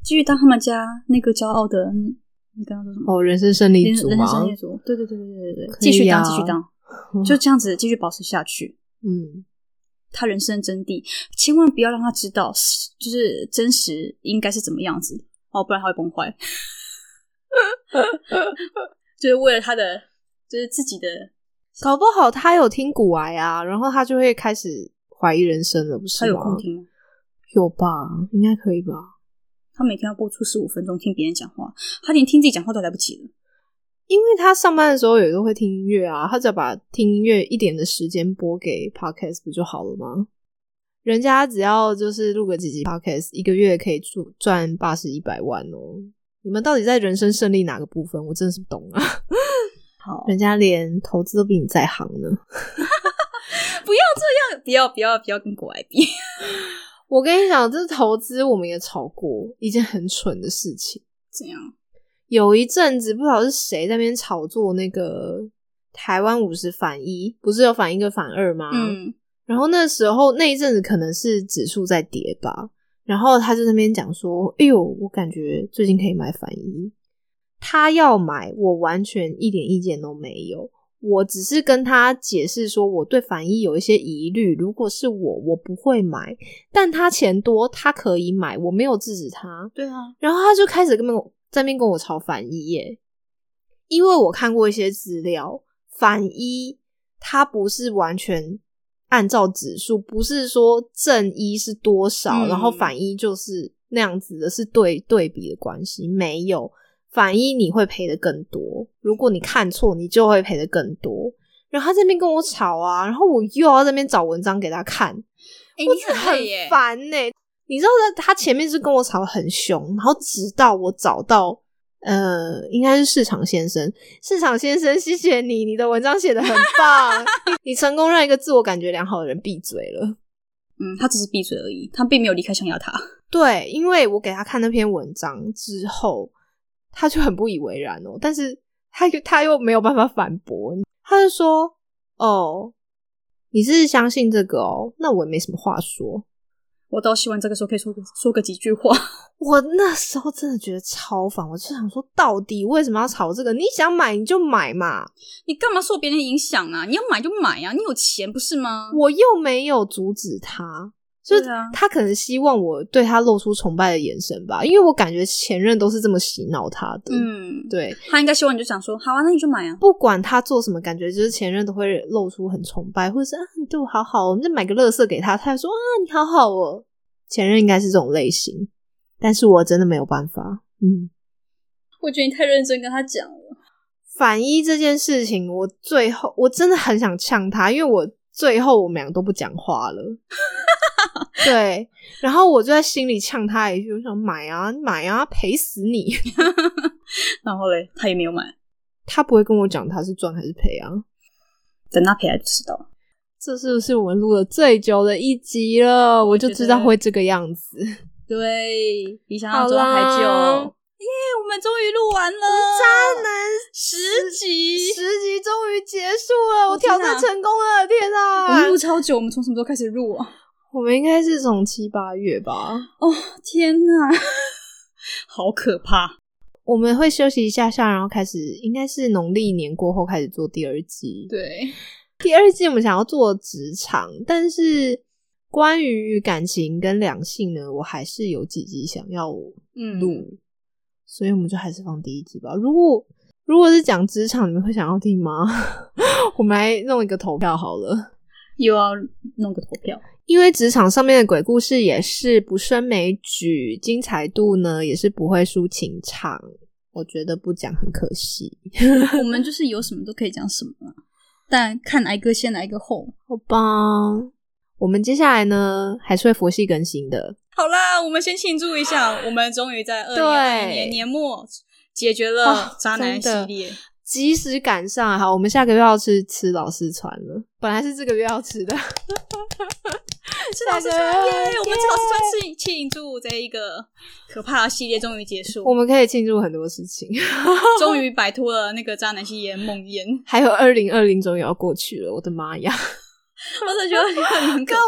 继续当他们家那个骄傲的，嗯你刚刚说什么？哦，人生胜利人组人吗生？胜利组，对对对对对对对，可继续以啊当，继续当，就这样子继续保持下去。嗯，他人生的真谛，千万不要让他知道，是就是真实应该是怎么样子哦，不然他会崩坏。 就是为了他的，就是自己的，搞不好她有听古癌啊，然后她就会开始怀疑人生了，不是他有吗空听吗？有吧？应该可以吧？他每天要播出十五分钟听别人讲话，他连听自己讲话都来不及了。因为她上班的时候有时候会听音乐啊，她只要把听音乐一点的时间播给 podcast 不就好了吗？人家只要就是录个几集 podcast，一个月可以赚赚八十一百万哦。你们到底在人生胜利哪个部分？我真的是不懂啊！好， 人家连投资都比你在行呢。不要这样，不要不要不要跟国外比。我跟你讲，这投资我们也吵过一件很蠢的事情。怎样？有一阵子不知道是谁在那边炒作那个台湾五十反一，不是有反一跟反二吗？嗯，然后那时候那一阵子可能是指数在跌吧，然后他就在那边讲说：“哎呦，我感觉最近可以买反一。”他要买，我完全一点意见都没有。我只是跟他解释说，我对反一有一些疑虑。如果是我，我不会买。但他钱多，他可以买，我没有制止他。对啊，然后他就开始跟我在那边跟我吵反一耶，因为我看过一些资料，反一它不是完全按照指数，不是说正一是多少，嗯然后反一就是那样子的，是对对比的关系，没有反一你会赔的更多，如果你看错，你就会赔的更多。然后他这边跟我吵啊，然后我又要这边找文章给他看，哎、我你真的很累耶很烦呢、你知道他他前面是跟我吵得很凶，然后直到我找到呃，应该是市场先生，市场先生，谢谢你，你的文章写得很棒，你你成功让一个自我感觉良好的人闭嘴了。嗯，他只是闭嘴而已，他并没有离开象牙塔。对，因为我给他看那篇文章之后，他就很不以为然哦，但是他又他又没有办法反驳，他就说：“哦，你是相信这个哦，那我也没什么话说。”我倒希望这个时候可以说个说个几句话。 我那时候真的觉得超烦，我就想说，到底为什么要炒这个？你想买你就买嘛，你干嘛受别人影响啊？你要买就买啊，你有钱不是吗？我又没有阻止他，就是嗯对啊他可能希望我对他露出崇拜的眼神吧，因为我感觉前任都是这么洗脑他的，嗯，对，他应该希望你就想说，好啊，那你就买啊。不管他做什么，感觉就是前任都会露出很崇拜，或者是啊你对我好好，我们就买个乐色给他，他就说啊你好好哦，前任应该是这种类型，但是我真的没有办法，嗯。我觉得你太认真跟他讲了。反一这件事情，我最后我真的很想呛他，因为我最后我们俩都不讲话了。对，然后我就在心里呛他一句：“我想买啊，你买啊，赔死你然后嘞，他也没有买，！”他不会跟我讲他是赚还是赔啊。等他赔来就知道了。这是不是我们录了最久的一集了？我就知道会这个样子。对，比想好象中还久。啦耶，我们终于录完了，渣男十集，十集终于结束了，我哦天挑啊战成功了！天我们啊！录超久，我们从什么时候开始录啊？我们应该是从七八月吧。哦，天哪， 好可怕！我们会休息一下下，然后开始，应该是农历年过后开始做第二季。，对， 第二季我们想要做职场，但是关于感情跟两性呢，我还是有几集想要录，嗯，所以我们就还是放第一集吧。如果如果是讲职场，你们会想要听吗？ 我们来弄一个投票好了，又要弄个投 票。因为职场上面的鬼故事也是不胜枚举，精彩度呢也是不会输情场。我觉得不讲很可惜，我们就是有什么都可以讲什么啊，但看哪一个先，哪一个后。好吧？我们接下来呢还是会佛系更新的，好啦，我们先庆祝一下，我们终于在二零二对年年末解决啊了渣男系真的列。及时赶上啊。好，我们下个月要吃吃老四川了，本来是这个月要吃的。是老师大川，家耶！我们是老师川是庆祝这一个可怕的系列终于结我束，们可以庆祝很多事情，终于摆脱了那个渣男系列的梦魇。还有二零二零终于要过去了，我的妈呀！ 我真的觉得你很可哎、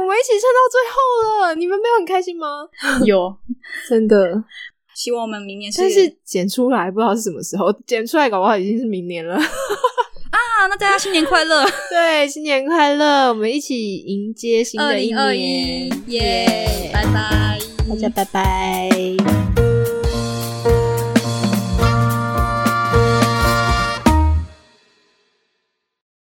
我们一起撑到最后了，你们没有很开心吗？怕。 有，真的，希望我们明年是但是剪出来不知道是什么时候，剪出来搞不好已经是明年了。啊，那大家新年快乐， 对，新年快乐，我们一起迎接新二的一零二一年，，耶！拜拜，大家拜拜。